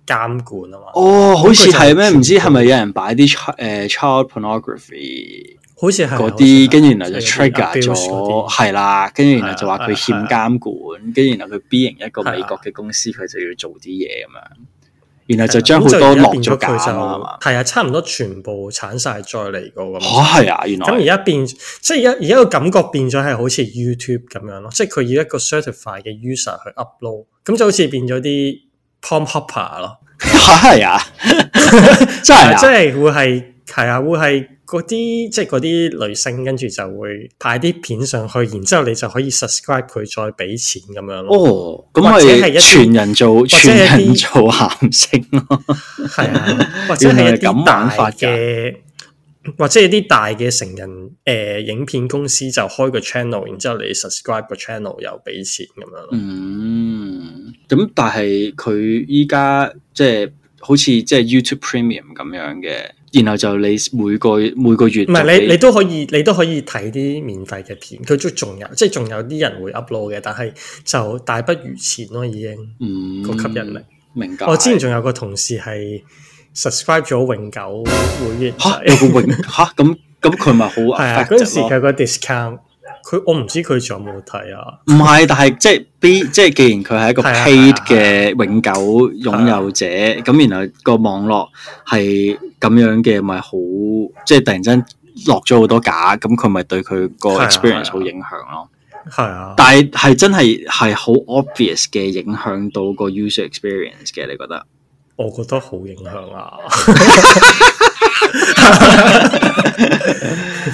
S1: 監管啊嘛。
S2: 哦，好似係咩？
S1: 咁佢就
S2: 唔知係咪有人擺啲 chi- 誒 child pornography
S1: 好似係
S2: 嗰啲，跟住然後就
S1: 好似係
S2: trigger
S1: 即係有啲 abuse 嗰
S2: 咗，
S1: 啲嗯
S2: 係啦，跟住然後就話
S1: 係啊
S2: 佢欠
S1: 係
S2: 監管，跟住然後佢 B 型一個
S1: 係啊
S2: 美國嘅公司，佢就要做啲嘢咁樣，然後就將好
S1: 咁
S2: 多
S1: 而家
S2: 落
S1: 變
S2: 咗架
S1: 佢就
S2: 啊嘛。
S1: 係啊，差唔多全部鏟晒再嚟過咁。
S2: 嚇係啊，原
S1: 咁而
S2: 來
S1: 家變，即係而家而家個感覺變咗係好似 YouTube 咁樣咯，即係佢要一個 certified 嘅 user 去 upload，咁就好似變咗啲 pom hopper 咯，
S2: 嚇 係啊，真係
S1: 即
S2: 啊，
S1: 係會係係啊，會係嗰啲即係嗰啲女星跟住就會派啲片上去，然之後你就可以 subscribe 佢再俾錢咁樣咯，
S2: 哦，咁
S1: 或者係一
S2: 咪
S1: 啲
S2: 全人做
S1: 者係
S2: 全
S1: 一
S2: 人
S1: 啲
S2: 做鹹星咯，
S1: 係 啊，或者係一
S2: 原來係
S1: 啲
S2: 咁
S1: 大
S2: 玩法
S1: 嘅。或者係啲大嘅成人誒、呃影片公司就開個 channel，然之後你 subscribe 個 channel 又俾錢咁樣咯。
S2: 嗯，咁但係佢依家即係好似即係 YouTube Premium 咁樣嘅，然後就你每個每個月
S1: 唔係你你都可以你都可以睇啲免費嘅片，佢都仲有即係仲有啲人會 upload 嘅，但係就大不如前咯，已經
S2: 你
S1: 個吸引力。
S2: 嗯明解。
S1: 我之前仲有個同事係 subscribe 咗永久會員制，
S2: 吓有個 永吓咁咁佢咪好
S1: 係啊，嗰
S2: effective
S1: 陣時
S2: 咯
S1: 佢有個 discount，佢我唔知佢仲有冇睇啊。
S2: 唔係，但係即係 B，即係既然佢係一個
S1: 係啊
S2: paid 嘅
S1: 係
S2: 永久擁有者，咁然後個網絡係咁樣嘅，咪好即係突然間落咗好多假，咁佢咪對佢個
S1: 係啊
S2: experience
S1: 係啊
S2: 好影響咯。
S1: 係啊，
S2: 但係係真係係好 obvious 嘅影響到個 user experience 嘅，你覺得？
S1: 我覺得好影響啊。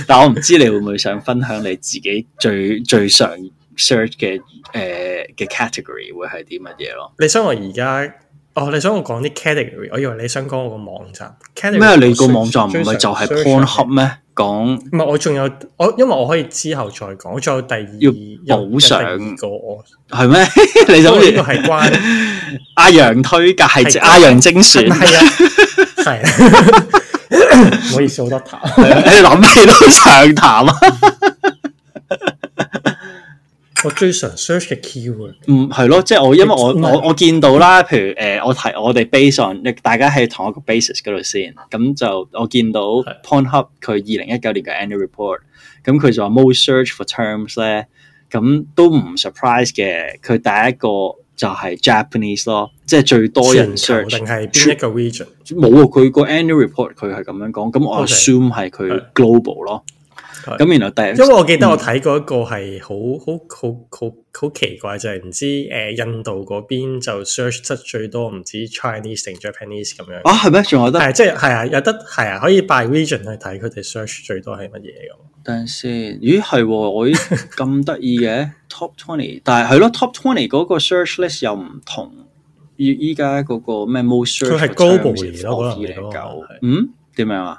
S2: 但我唔知你會唔會想分享你自己最最常 search 嘅誒嘅 category 會係啲乜嘢咯？
S1: 你想我而家？哦，你想我講啲 category？我以為你想講我個網站 category
S2: 咩？啊你個
S1: 我
S2: 網站唔
S1: 最
S2: 係就係
S1: 最常
S2: PornHub 咩？講
S1: 唔係，我仲有我，因為我可以之後再講，我仲有第二
S2: 要
S1: 有
S2: 補
S1: 有
S2: 上
S1: 第二個我，
S2: 係咩？ 你
S1: 因
S2: 就好
S1: 為呢個
S2: 似
S1: 係關
S2: 阿楊推介係
S1: 係
S2: 阿楊精選
S1: 係， 啊，係啊， 唔好意思，好多痰。
S2: 你諗起都上談啊？
S1: 我最常 search 嘅 keyword
S2: 唔嗯係咯，即係我因為我
S1: 唔係
S2: 我我見到啦，譬如誒、呃我睇我哋 base on，大家喺同一個 basis 嗰度先，咁就我見到
S1: 係
S2: PornHub 佢二零一九年嘅 annual report，咁佢就話 most search for terms 咧，咁都唔 surprise 嘅，佢第一個就係 Japanese 咯，即係最多人
S1: 全球
S2: search。
S1: 定係邊一個 region？
S2: 冇啊！佢個 annual report 佢係咁樣講，咁我
S1: OK
S2: assume 係佢
S1: 係
S2: global 咯。
S1: 係
S2: 咁然後第嗯
S1: 因為我記得我睇過一個係好好好好好奇怪，就係、唔知誒、呃印度嗰邊就 search 得最多，唔知 Chinese 定 Japanese 咁樣。
S2: 啊係咩？仲有得
S1: 係即係係啊，有得係啊，可以 by region 去睇佢哋 search 最多係乜嘢咁。
S2: 等陣先？咦係喎，我 依咁得意嘅 top twenty，但係係咯 top twenty 嗰個 search list 又唔同。依依家嗰個咩 most search
S1: 佢係 global 嚟咯可能嚟講
S2: 九
S1: 係
S2: 嗯點樣啊？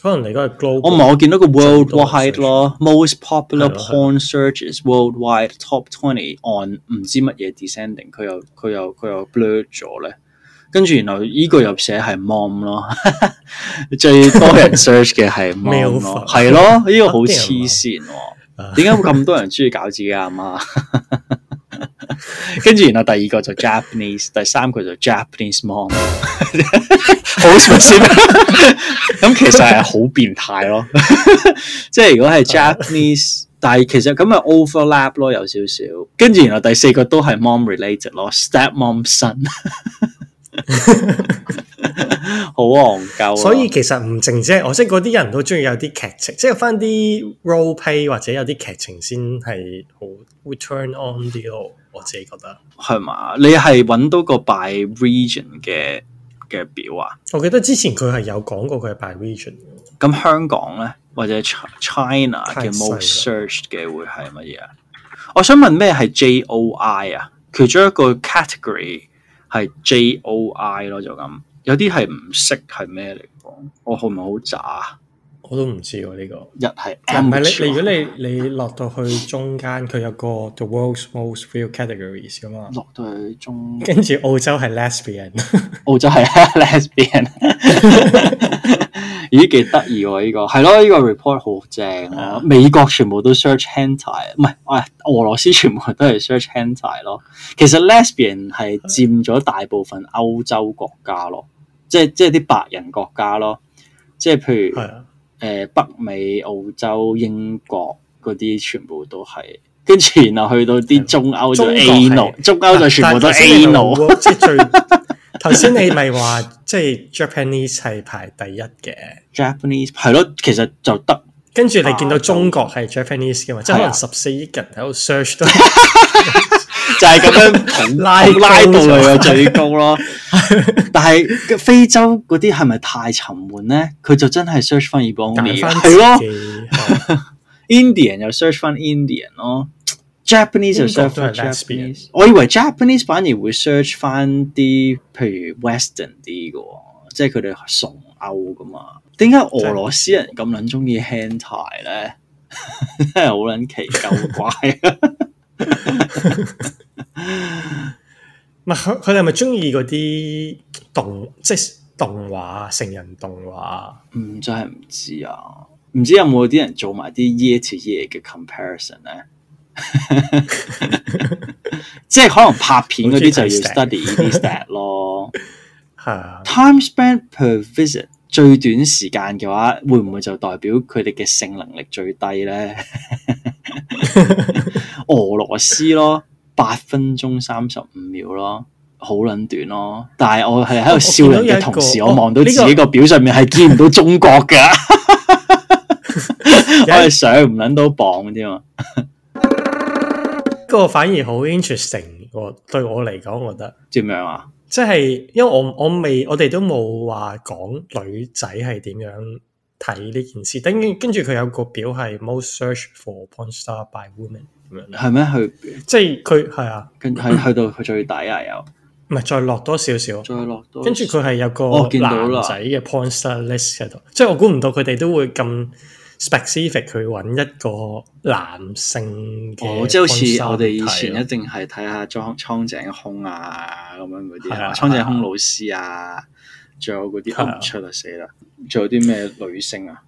S1: 可能你嗰個 global，
S2: 我唔係我見到個
S1: 多
S2: worldwide 咯，most popular
S1: 係咯係
S2: porn searches worldwide top twenty on 唔知乜嘢 descending，佢又佢又佢又 blur 咗咧，跟住然後依個又寫係 mom 咯， 最多 人 search 嘅係 mom 咯，
S1: Milf
S2: 係咯，呢個好
S1: 啲人
S2: 黐
S1: 話
S2: 線喎。
S1: 啊
S2: 點解會咁多人中意搞自己阿 媽？跟住然後第二個就 Japanese，第三個就 Japanese mom，好 specific。咁其實係好變態咯， 即係如果係啊 Japanese，但係其實咁咪 overlap 咯，有少少。跟住然後第四個都係 mom related 咯，step mom son，好戇鳩咯。
S1: 所以其實唔淨止係我，即係嗰啲人都中意有啲劇情，即係翻啲 role play 或者有啲劇情先係好會 turn on 啲咯。我自己覺得，
S2: 係嘛？你係揾到個 by region 嘅嘅表啊？
S1: 我記得之前佢係有講過佢係 by region 嘅。
S2: 咁香港咧，或者 Chi- China 嘅
S1: 太細啦
S2: most searched 嘅會係乜嘢啊？我想問咩係 JOI 啊？其中一個 category 係 JOI 咯，就咁。有啲係唔識係咩嚟講，我係咪好渣啊？
S1: 我都唔知喎呢、個。
S2: 一係
S1: 唔係
S2: amateur
S1: 你，你如果你你落到去中間，佢有個 The World's Most Real Categories 噶嘛，
S2: 落到去中
S1: 跟住澳洲係 Lesbian，
S2: 澳洲係啊 lesbian，咦幾得意喎呢個係咯，呢、個 report 好正啊！美國全部都 search hentai，唔係啊俄羅斯全部都係 search hentai 咯。其實 lesbian 係佔咗大部分歐洲國家咯，即係即係啲白人國家咯，即係譬如
S1: 係
S2: 誒、
S1: 啊，
S2: 呃北美、澳洲、英國嗰啲全部都係。跟住然後去到啲中歐就
S1: 中國
S2: A
S1: 係
S2: n 中歐就全部都
S1: 但
S2: A
S1: 係
S2: n
S1: 頭先你咪話即係 最頭先你咪話即係 Japanese 係排第一嘅，
S2: Japanese 係咯，其實就得
S1: 跟住你見到中國係 Japanese 嘅嘛，即係可
S2: 啊係啊
S1: 能十四億人喺度 search 都
S2: 就係咁樣捧
S1: 拉
S2: 捧拉
S1: 高
S2: 到
S1: 咗
S2: 佢嘅最高咯。 但係非洲嗰啲係咪太沉悶咧？佢就真係 search 翻 Ebony
S1: 揀翻
S2: 係
S1: 自
S2: 咯
S1: 己係啊
S2: ，Indian 又 search 翻 Indian 咯，Japanese 又
S1: 英國
S2: search
S1: 都
S2: 翻
S1: 係
S2: Japanese。我以為 Japanese 反而會 search 翻啲譬如 Western 啲嘅喎，即係佢哋崇歐噶嘛。點解俄羅斯人咁撚中意 hentai 咧？真係好 撚奇鳩怪啊！
S1: 唔係佢佢哋係咪中意嗰啲動即係動畫成人動畫？
S2: 嗯，真係唔知啊，唔知有冇啲人做埋啲 year to year 嘅 comparison 咧？ 即係可能拍片嗰啲就
S1: 好中
S2: 要
S1: 意睇
S2: study 呢啲 stat 咯。
S1: 係啊，
S2: Time spent per visit 最短時間嘅話，會唔會就代表佢哋嘅性能力最 低呢？俄羅斯咯，八分鐘三十五秒咯，好撚短咯。但係我係喺度笑人嘅同時，
S1: 我見
S2: 我
S1: 到有一個
S2: 望到
S1: 哦呢個
S2: 自己個表上面係見唔到中國 㗎， 我係上唔撚到榜添啊！
S1: 呢個反而好 interesting 喎，對我嚟講，我覺得。
S2: 點樣啊？
S1: 即係因為我我未我哋都冇話講女仔係點樣睇呢件事，等於跟住佢有個表係 most search for porn star by women 咁樣啦，
S2: 係咩？去
S1: 即係佢係啊，
S2: 跟去去到佢最底啊！又
S1: 唔係再落多少少，
S2: 再落多，
S1: 跟住佢係有個
S2: 哦見到啦
S1: 男仔嘅 porn star list 喺度，即係我估唔到佢哋都會咁 specific 去揾一個男性嘅 porn star 嚟睇咯，
S2: 哦，即係好似我哋以前一定係睇下蒼蒼井空啊咁樣嗰啲
S1: 係
S2: 啊，
S1: 啊
S2: 蒼井空老師啊，仲有嗰啲哦
S1: 係啊
S2: 噏唔出啦死啦，仲有啲咩女星啊？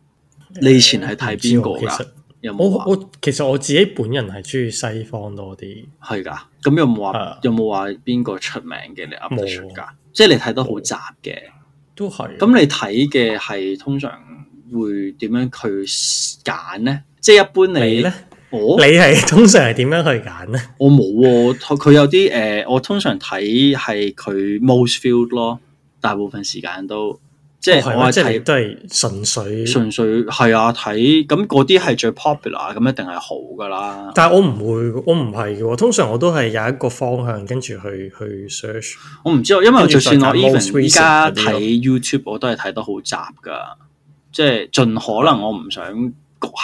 S2: 你以前係睇邊個
S1: 唔知喎其實
S2: 㗎？有
S1: 我
S2: 冇話
S1: 我其實我自己本人係中意西方多啲。
S2: 係㗎？咁有冇
S1: 係
S2: 話
S1: 啊
S2: 有冇話邊個出名嘅你噏得
S1: 冇
S2: 出㗎？即係你睇得好雜嘅，
S1: 都係。
S2: 咁你睇嘅係通常會點樣去揀咧？即係一般
S1: 你
S2: 你
S1: 咧？
S2: 我
S1: 你係 通常係點樣去揀咧？
S2: 我冇喎、佢佢有啲誒、呃我通常睇係佢 most field 咯，大部分時間都即係
S1: 哦
S2: 我
S1: 咩即係你
S2: 係
S1: 都係純粹
S2: 睇，純粹係啊睇，咁嗰啲係最 popular，咁一定係好噶啦。
S1: 但係我唔會，我唔係嘅喎。通常我都係有一個方向，跟住去去 search。
S2: 我唔知道，因為
S1: 跟住
S2: 就算我
S1: 再睇 most
S2: even 依家
S1: recent 嗰啲咯
S2: 睇 YouTube，我都係睇得好雜噶，即係盡可能我唔想局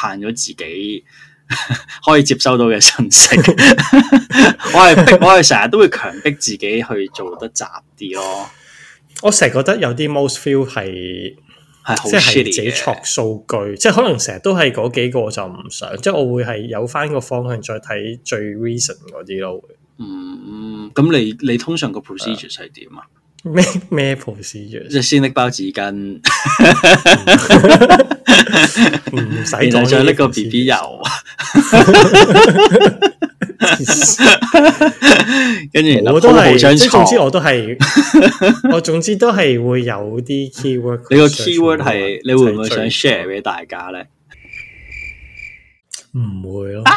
S2: 限咗自己 可以接收到嘅信 息。我係逼，我係成日都會強迫自己去做得雜啲咯，
S1: 我成日覺得有啲 most feel 係
S2: 係好
S1: 即係
S2: shitty
S1: 自己
S2: 嘅
S1: 錯數據，即係可能成日都係嗰幾個我就唔想，即係我會係有翻個方向再睇最 recent 嗰啲咯。會
S2: 嗯，咁你你通常個 procedure 係點啊？
S1: 咩咩 procedure
S2: 即係先拎包紙巾，
S1: 唔使
S2: 然
S1: 講，
S2: 後再拎個 B B 油，跟住然 後
S1: 我都
S2: 鋪好
S1: 係，
S2: 張
S1: 即係總之
S2: 床。
S1: 我都係， 我總之都係會有啲 keyword。
S2: 你個 keyword 係你會唔
S1: 啊就
S2: 會想
S1: 係最
S2: share 俾大家咧？
S1: 唔會咯，
S2: 啊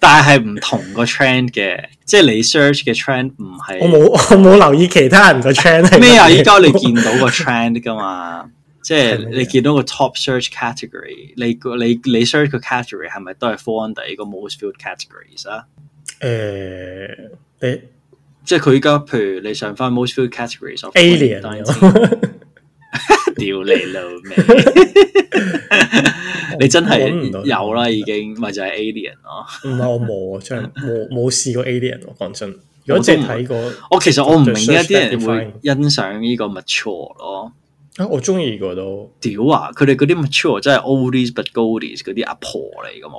S2: 但係係唔同個 trend 嘅，即係你 search 嘅 trend 唔
S1: 我
S2: 係
S1: 冇 我冇留意其他人個 channel 係乜嘢
S2: 咩啊？依家你見到個 trend 噶 嘛？即
S1: 係啊乜
S2: 係
S1: 嘢
S2: 你見到個 top search category，你個你你 search 個 category 係咪都係 fall under 呢個 most viewed categories 啊？
S1: 誒你
S2: 即係佢依家，譬如你上翻 most viewed categories of
S1: alien
S2: 2019
S1: 咯
S2: 屌你老 味！你真係
S1: 我唔到
S2: 有啦，已經咪就係 alien 咯。
S1: 唔係我冇啊，真係冇冇試過 alien 喎，講真。如果淨係睇過
S2: 我其實我唔明點解
S1: Search
S2: 啲人
S1: that
S2: 會欣賞呢個 mature 咯。
S1: 啊，我中意個都。
S2: 屌啊！佢哋嗰啲 mature 真係 oldies but goldies 嗰啲阿婆嚟噶嘛。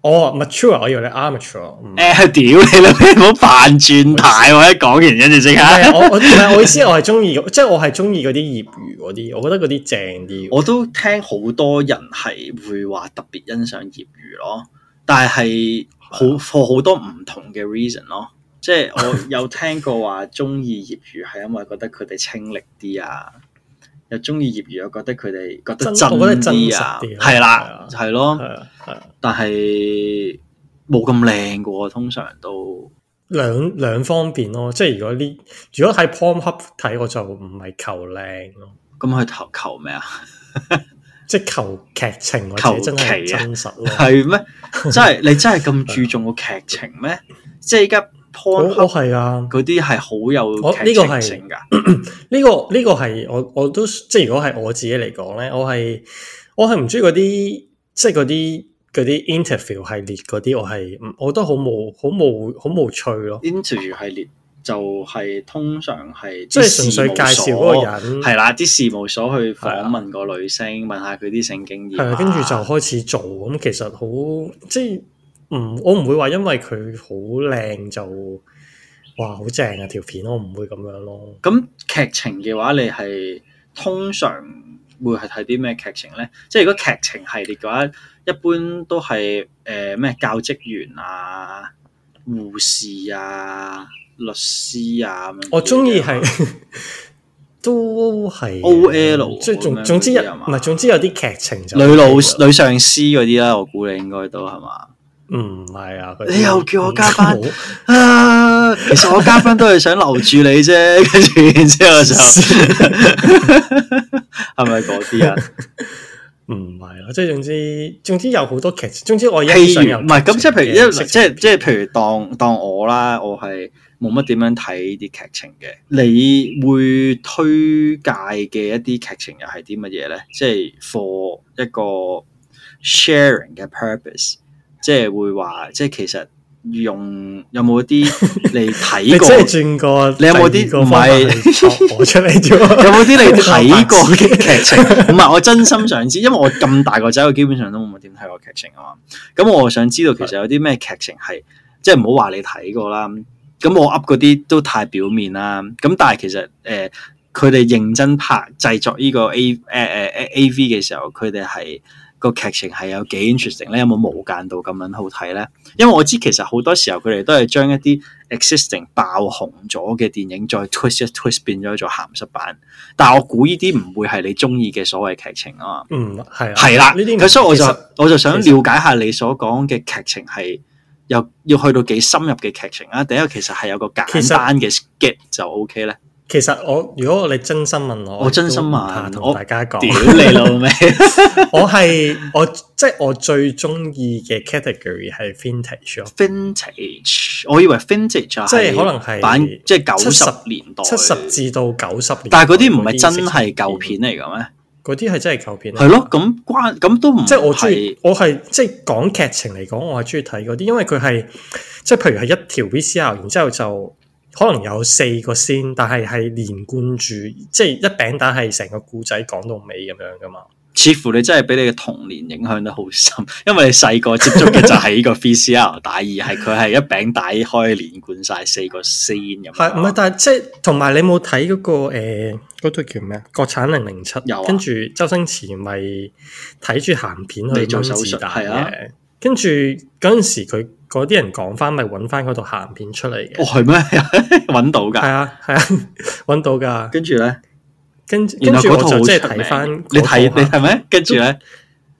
S1: 哦，mature，我以為你 amateur。唔係
S2: 誒 屌你老味，唔好扮轉態喎！一講完跟住即刻。
S1: 我我唔係我意思，我係中意，即係我係中意嗰啲業餘嗰啲，我覺得嗰啲正啲。
S2: 我都聽好多人係會話特別欣賞業餘咯，但係
S1: 啊
S2: 好 for 好多唔同嘅 reason 咯。即係我有聽過話中意業餘係因為覺得佢哋清力啲啊，又中意業餘又覺得佢哋覺得
S1: 真
S2: 真
S1: 我覺得真
S2: 啲
S1: 實
S2: 啊，
S1: 啲咯
S2: 係
S1: 係
S2: 啦
S1: 啊，
S2: 係咯
S1: 係，啊係啊。
S2: 但係冇咁靚嘅喎，通常都
S1: 兩兩方面咯，即係如果呢，如果喺 Pornhub 睇，我就唔係求靚咯，
S2: 咁去投求咩啊？
S1: 即係求劇情或者真係
S2: 求其啊
S1: 真實咯。
S2: 係咩？真係你真係咁注重個劇情咩？即係依家
S1: 我
S2: porn
S1: 我係啊，
S2: 嗰啲係好有
S1: 我
S2: 劇
S1: 呢個係
S2: 情性㗎。
S1: 呢、個呢、個係我我都即係如果係我自己嚟講咧，我係我係唔中意嗰啲即係嗰啲嗰啲 interview 系列嗰啲，我係唔我覺得好冇好冇好無趣咯，
S2: interview 系列就係通常係
S1: 即係純粹介紹嗰個人
S2: 係啦，啲事務所去訪
S1: 係啊
S2: 問個女星，問下佢啲性經驗
S1: 係
S2: 啊，
S1: 啊，跟住就開始做咁，其實好即係唔我唔會話因為佢好靚就哇好正啊條片，我唔會咁樣咯。
S2: 咁劇情嘅話，你係通常會係睇啲咩劇情咧？即係如果劇情系列嘅話，一般都係誒咩教職員啊、護士啊、律師啊咁樣。
S1: 我中意係
S2: 啊
S1: 都係
S2: OL
S1: 即係
S2: 咁樣
S1: 總總之有
S2: 嗰啲啊嘛
S1: 唔係總之有啲劇情就
S2: 女老女上司嗰啲啦，我估你應該都係嘛？
S1: 唔係啊，嗰啲
S2: 你又叫我加班
S1: 冇
S2: 啊，其實我嘉賓都係想留住你啫，跟住然之後就 係咪嗰啲啊？
S1: 唔係啊咯，即係總之總之有好多劇情，總之我欣
S2: 譬
S1: 賞
S2: 如
S1: 有
S2: 唔係咁，即係譬如
S1: 劇
S2: 一
S1: 情嘅
S2: 即係即係譬如當當我啦，我係冇乜點樣睇啲劇情嘅。你會推介嘅一啲劇情又係啲乜嘢咧？即係 for 一個 sharing 嘅 purpose，即係會話即係其實用有冇啲你
S1: 你
S2: 睇過
S1: 真係轉過，
S2: 你有冇啲
S1: 個方法
S2: 唔係
S1: 去學我出嚟啫喎？
S2: 有冇啲你睇過
S1: 白痴
S2: 嘅劇 情？唔係，我真心想知，因為我咁大個仔，我基本上都冇乜點睇過劇情啊嘛。咁我想知道其實有啲咩劇情係，即係唔好話你睇過啦。咁我噏嗰啲都太表面啦。咁但係其實誒，呃佢、哋認真拍製作呢個 A 誒誒 A V 嘅時候，佢哋係個劇情係有幾 interesting 咧？有冇無間道咁樣好睇咧？因為我知其實好多時候佢哋都係將一啲 existing 爆紅咗嘅電影再 twist 一 twist 變咗做鹹濕版，但我估呢啲唔會係你中意嘅所謂劇情啊嘛。
S1: 嗯，係啊
S2: 係啦，
S1: 呢啲唔
S2: 咁所以我
S1: 其實
S2: 就我就想
S1: 其實
S2: 了解下你所講嘅劇情係又要去到幾深入嘅劇情啊？第一其實係有個
S1: 其
S2: 簡
S1: 實
S2: 單嘅 skit 就 OK 咧。
S1: 其實我如果你真心問我，
S2: 我真心問啊
S1: 都唔怕同
S2: 我
S1: 大家
S2: 屌
S1: 講，
S2: 你老味！
S1: 我係我即係我最中意嘅 category 係 vintage 咯，
S2: vintage，我以為 vintage 就
S1: 即係可能係
S2: 版，即係九十
S1: 70
S2: 年代
S1: 七十至到九十年代。
S2: 但係嗰啲唔係真係舊
S1: 舊，
S2: 片嚟嘅咩？
S1: 嗰啲係真係舊片。啊
S2: 係咯，，咁關咁都唔
S1: 嗯即係我中
S2: 係
S1: 意，我係即係講劇情嚟講，我係中意睇嗰啲，因為佢係即係譬如係一條 VCR，然之後就可能有四個先，但係係連貫住，即係一餅帶係成個故仔講到尾咁樣噶嘛。
S2: 似乎你真係俾你嘅童年影響得好深， 因為你細個接觸嘅就係呢個 VCR 帶，而係佢係一餅帶可以連貫晒四個 scene 咁樣。
S1: 係唔係？但係即係同埋你冇睇嗰個誒嗰套叫咩啊？國產零零七
S2: 有啊，
S1: 跟住周星馳咪睇住鹹片去
S2: 你
S1: 掹
S2: 做手術
S1: 子彈
S2: 係啊
S1: 嘅，跟住嗰陣時佢嗰啲人講翻，咪揾翻嗰套鹹片出嚟嘅。
S2: 哦，係咩？ 揾到
S1: 係
S2: 㗎。
S1: 啊係啊， 揾到㗎。
S2: 跟住咧，
S1: 跟住跟
S2: 然後
S1: 住
S2: 嗰
S1: 我
S2: 套好
S1: 就即係
S2: 出名
S1: 睇翻
S2: 嘅，你睇
S1: 啊
S2: 你睇咩？跟住咧，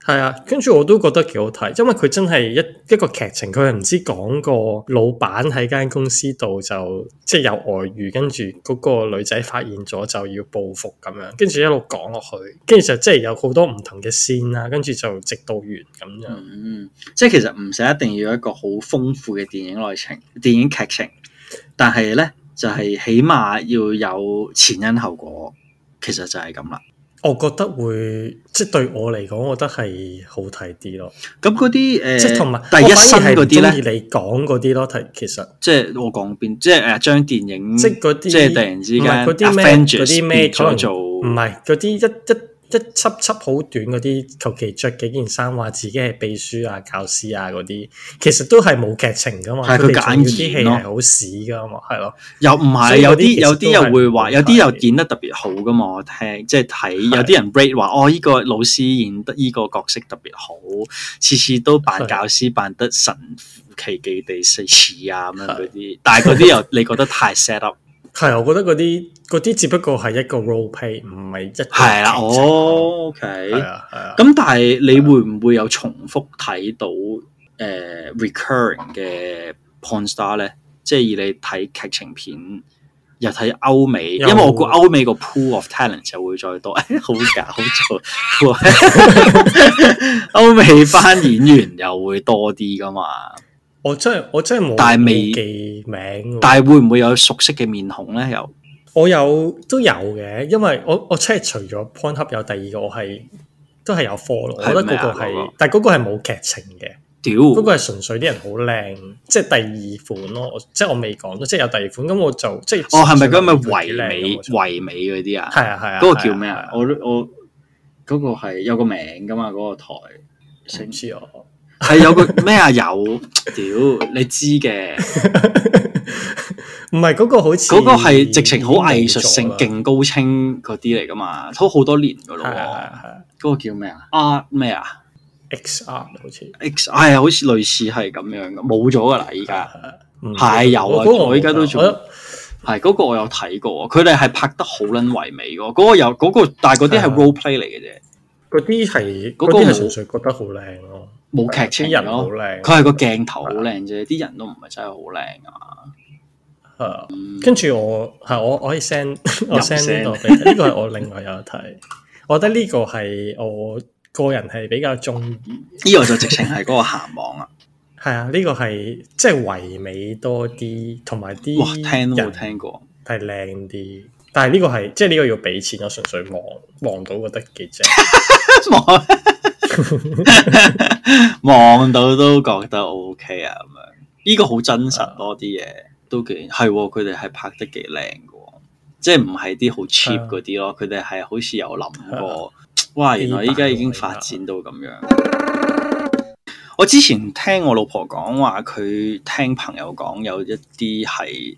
S1: 係啊，跟住我都覺得幾好睇，因為佢真係一一個劇情，佢係唔知講個老闆喺間公司度就即係有外遇，跟住嗰個女仔發現咗就要報復咁樣，跟住一路講落去，跟住就即係有好多唔同嘅線啦，跟住就直到完咁樣。
S2: 嗯，即係其實唔使一定要有一個好豐富嘅電影內情、電影劇情，但係咧就係、起碼要有前因後果，其實就係咁啦。
S1: 我覺得會即係對我嚟講，我覺得係好睇啲咯。
S2: 咁嗰啲誒，
S1: 即係同埋
S2: 第一身嗰啲
S1: 咧，
S2: 咧，
S1: 你講嗰啲咯，睇其實。
S2: 即係我講邊，即係誒將電影
S1: 即係嗰啲
S2: 嗯即係突然之
S1: 唔
S2: 間
S1: 係嗰啲咩
S2: Avengers
S1: 嗰啲咩
S2: 變
S1: 可能
S2: 咗做
S1: 唔係嗰啲一一一輯輯好短嗰啲，求其着幾件衫話自己係秘書啊、教師啊嗰啲，其實都係冇劇情噶嘛。
S2: 係
S1: 佢哋仲
S2: 佢
S1: 要啲
S2: 揀
S1: 戲
S2: 演咯
S1: 係好屎噶嘛，係咯。
S2: 又唔
S1: 所
S2: 係
S1: 以
S2: 有
S1: 嗰啲
S2: 啲
S1: 其實
S2: 有啲
S1: 都係
S2: 又會話，
S1: 冇
S2: 有啲又
S1: 睇
S2: 演得特別好噶嘛？我聽即係睇
S1: 係
S2: 有啲人 rate 話哦，依個老師演得依個角色特別好，次次都扮
S1: 係
S2: 教師扮得神乎其技地似似啊咁樣嗰啲，但係嗰啲又你覺得太 set up
S1: 係，我覺得嗰啲嗰啲只不過係一個 role play，唔 係一個
S2: 係啦，
S1: 劇情
S2: 哦，OK
S1: 係。啊，係啊。
S2: 咁但係你會唔會有重複睇到誒、呃 recurring 嘅 porn star 咧？即係以你睇劇情片又睇歐美，因
S1: 有
S2: 為我估歐美個 pool of talent 就會再多， 好搞好做。 歐美班演員又會多啲噶嘛？
S1: 我真係我真係冇
S2: 但係未
S1: 冇記名喎。
S2: 但係會唔會有熟悉嘅面孔咧？又
S1: 我有都有嘅，因為我我 check 除咗 PornHub 有第二個，我係都係有 follow，我覺得
S2: 係咩
S1: 嗰個
S2: 啊嗰個哦
S1: 係，但係嗰個係冇劇情嘅，
S2: 屌，
S1: 嗰個係純粹啲人好靚，即係第二款咯。我即係我未講到，即係有第二款，咁我就即係
S2: 哦係咪嗰個咪
S1: 幾
S2: 唯
S1: 靚
S2: 美
S1: 咁我就
S2: 唯美嗰啲啊？
S1: 係啊係啊，
S2: 嗰個叫咩
S1: 係
S2: 啊？
S1: 係
S2: 我都我嗰個係有個名噶嘛，嗰個台
S1: 我唔知我
S2: 係有個咩啊？有屌，你知嘅，
S1: 唔係嗰個好似
S2: 嗰個係直情好藝術性、
S1: 冇咗啦，
S2: 勁高清嗰啲嚟噶嘛，都好多年噶咯
S1: 係係係
S2: 喎。
S1: 係
S2: 嗰個叫咩啊？Art 咩啊
S1: XR 好似
S2: ？X 係啊好似類似係咁樣嘅，冇咗噶啦，依家
S1: 嗯
S2: 係有啊
S1: 我嗰個
S2: 我依家都
S1: 冇
S2: 仲
S1: 我
S2: 係嗰個我有睇過，佢哋係拍得好撚唯美嘅喎。嗰個有嗰個，但係嗰啲係
S1: 係啊
S2: role play 嚟嘅啫，
S1: 嗰啲係
S2: 嗰
S1: 嗰
S2: 個
S1: 啲
S2: 冇
S1: 係純粹覺得好靚咯，
S2: 冇劇情
S1: 啲人好
S2: 咯。
S1: 靚，
S2: 佢係個鏡頭好靚啫，啲人都唔係真係好靚嗯啊。
S1: 係啊跟住我係我我可以 send 我 send 呢
S2: send
S1: 個俾你，呢個係我另外有睇， 我覺得呢個係我個人係比較中意，
S2: 呢個就直情係嗰個鹹 網啊！
S1: 係啊，呢個係即係唯美多啲，同埋啲
S2: 哇，聽都冇
S1: 人
S2: 聽過。
S1: 係靚啲。但係呢個係即係呢個要俾錢，我純粹望望到覺得幾正，
S2: 望 望到都覺得 O K 啊咁樣，呢、個好真實多啲嘢，都幾係喎。佢哋係拍得幾靚嘅喎，即係唔係啲好
S1: 啊
S2: cheap 嗰啲咯，佢哋係好似有諗過，哇！原來依家已經發展到咁樣。我之前聽我老婆講話，佢聽朋友講有一啲係誒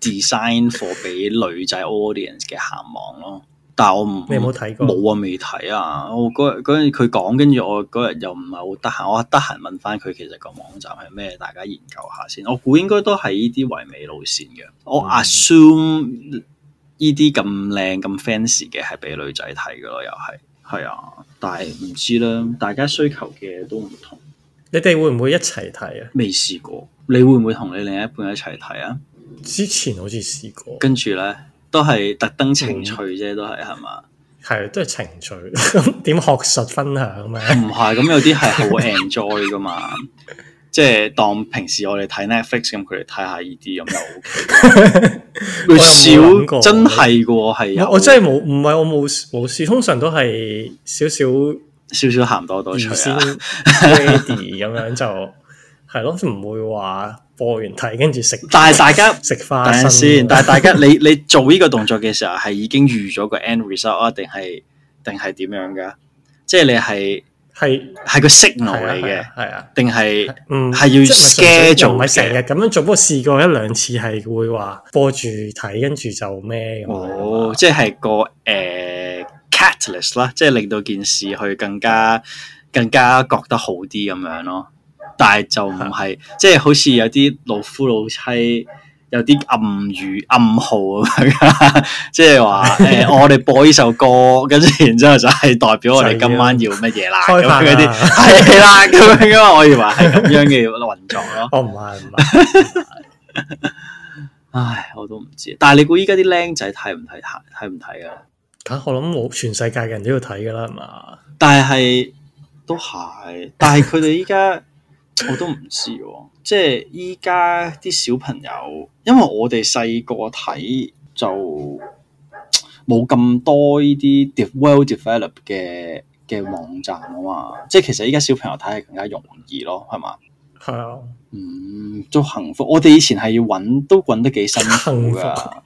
S2: design for 俾女仔 audience 嘅鹹網咯，但係我唔
S1: 你有冇睇過？
S2: 冇啊，未睇啊！我嗰日嗰日佢講，跟住我嗰日又唔係好得閒，我得閒問翻佢其實個網站係咩，大家研究下先。我估應該都係呢啲唯美路線嘅。我
S1: 嗯
S2: assume 呢啲咁靚咁 fancy 嘅係俾女仔睇嘅咯，又係係啊，但係唔知啦，大家需求嘅嘢都唔同，
S1: 你哋會唔會一齊睇啊？
S2: 未試過。你會唔會同你另一半一齊睇啊？
S1: 之前好似試過，
S2: 跟住咧都係特登情趣啫，都係係嘛？
S1: 係都係情趣， 咁點學術分享咩？
S2: 唔係，咁有啲係好 enjoy 噶嘛，即係當平時我哋睇 Netflix 咁，佢哋睇下呢啲咁
S1: 我有冇諗
S2: 就 OK。少
S1: 過
S2: 真係嘅喎，係有
S1: 我我真係冇，唔係我冇冇試，通常都係少少預
S2: 少少鹹多多趣
S1: 先
S2: 啊！
S1: ready 咁樣就係咯，唔會話播完睇跟住食
S2: 但係大家
S1: 食
S2: 等
S1: 花
S2: 陣
S1: 生
S2: 先，但係大家你你做呢個動作嘅時候係已經預咗個 end result 啊，定係定係點樣㗎？即係你係
S1: 係
S2: 係個 signal
S1: 係
S2: 嚟
S1: 嘅
S2: 嘅，，
S1: 係啊。
S2: 定係
S1: 嗯，
S2: 係要
S1: 即係唔係純粹
S2: schedule
S1: 唔係成日
S2: 嘅
S1: 咁樣做，不過試過一兩次係會話播住睇，跟住就咩咁樣啊
S2: 哦，即係個誒、呃 catalyst 啦，即係令到件事去更加更加覺得好啲咁樣咯。但係就唔係，即係好似有啲老夫老妻有啲暗語暗號咁樣，啊 即係話誒，我哋播呢首歌，跟住然之後就係代表我哋今晚要乜嘢啦，咁
S1: 開
S2: 樣嗰
S1: 飯啊啦
S2: 啲係啦，咁樣噶嘛，我以為係咁樣嘅運作咯。
S1: 哦，唔係唔係，
S2: 唉，我都唔知。但係你估依家啲僆仔睇唔睇睇睇唔睇啊
S1: 嚇
S2: 噶？
S1: 啊我諗冇全世界嘅人都要睇噶啦，係嘛？
S2: 但係都係，但係佢哋依家我都唔知喎，即係依家啲小朋友，因為我哋細個睇就冇咁多呢啲 de- well develop 嘅嘅網站啊嘛，即係其實依家小朋友睇係更加容易咯，係嘛？
S1: 係啊，
S2: 嗯，都幸福。我哋以前係要揾，都揾得幾辛苦
S1: 幸福
S2: 噶。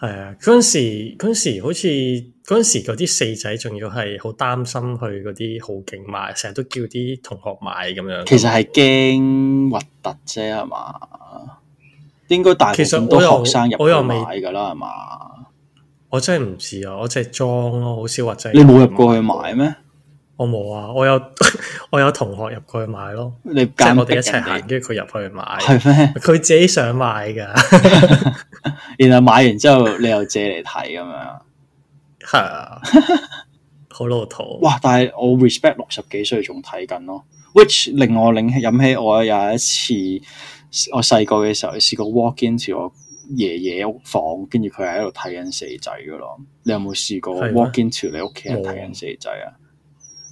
S1: 係啊，嗰陣時嗰陣時好似嗰陣時嗰啲四仔仲要係好擔心去嗰啲好勁買，成日都叫啲同學買咁樣。
S2: 其實係驚核突啫，係嘛？應該大部
S1: 其實
S2: 分
S1: 我
S2: 都
S1: 又
S2: 學生入
S1: 我又
S2: 去
S1: 未
S2: 買噶啦，係嘛？
S1: 我真係唔知啊，我淨係裝咯，好少話真係。
S2: 你冇入過去買咩？
S1: 我冇啊，我有 我有同學入過去買咯，
S2: 你
S1: 即
S2: 間
S1: 係
S2: 逼
S1: 我哋一齊
S2: 人
S1: 行，
S2: 哋
S1: 跟住佢入去買，
S2: 係咩？
S1: 佢自己想買㗎，
S2: 然後買完之後你又借嚟睇咁樣。
S1: 係啊，好老土。
S2: 哇！但係我 respect 六十幾歲仲睇緊咯，which 令我令諗起我有一次我細個嘅時候試過 walk into 我爺爺屋房，跟住佢係喺度睇緊四仔噶咯。你有冇試過
S1: 係咩
S2: walk into 你屋企人睇
S1: 冇
S2: 緊四仔啊？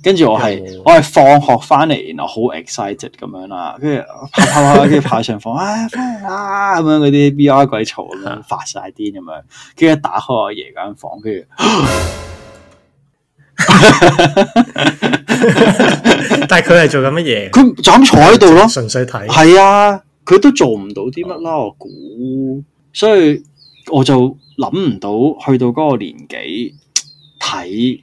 S2: 跟住我係
S1: 有冇
S2: 我係放學翻嚟，然後好 excited 咁樣啦，跟住啪啪啪，跟住跑上房，啊翻嚟啦咁樣嗰啲 VR 鬼嘈 咁樣發晒癲咁樣，跟住一打開我爺間房，跟住。
S1: 但係佢係做緊乜嘢？
S2: 佢就咁坐喺度咯，
S1: 純粹睇。
S2: 係啊，佢都做唔到啲乜啦，
S1: 哦
S2: 我估，所以我就諗唔到去到嗰個年紀睇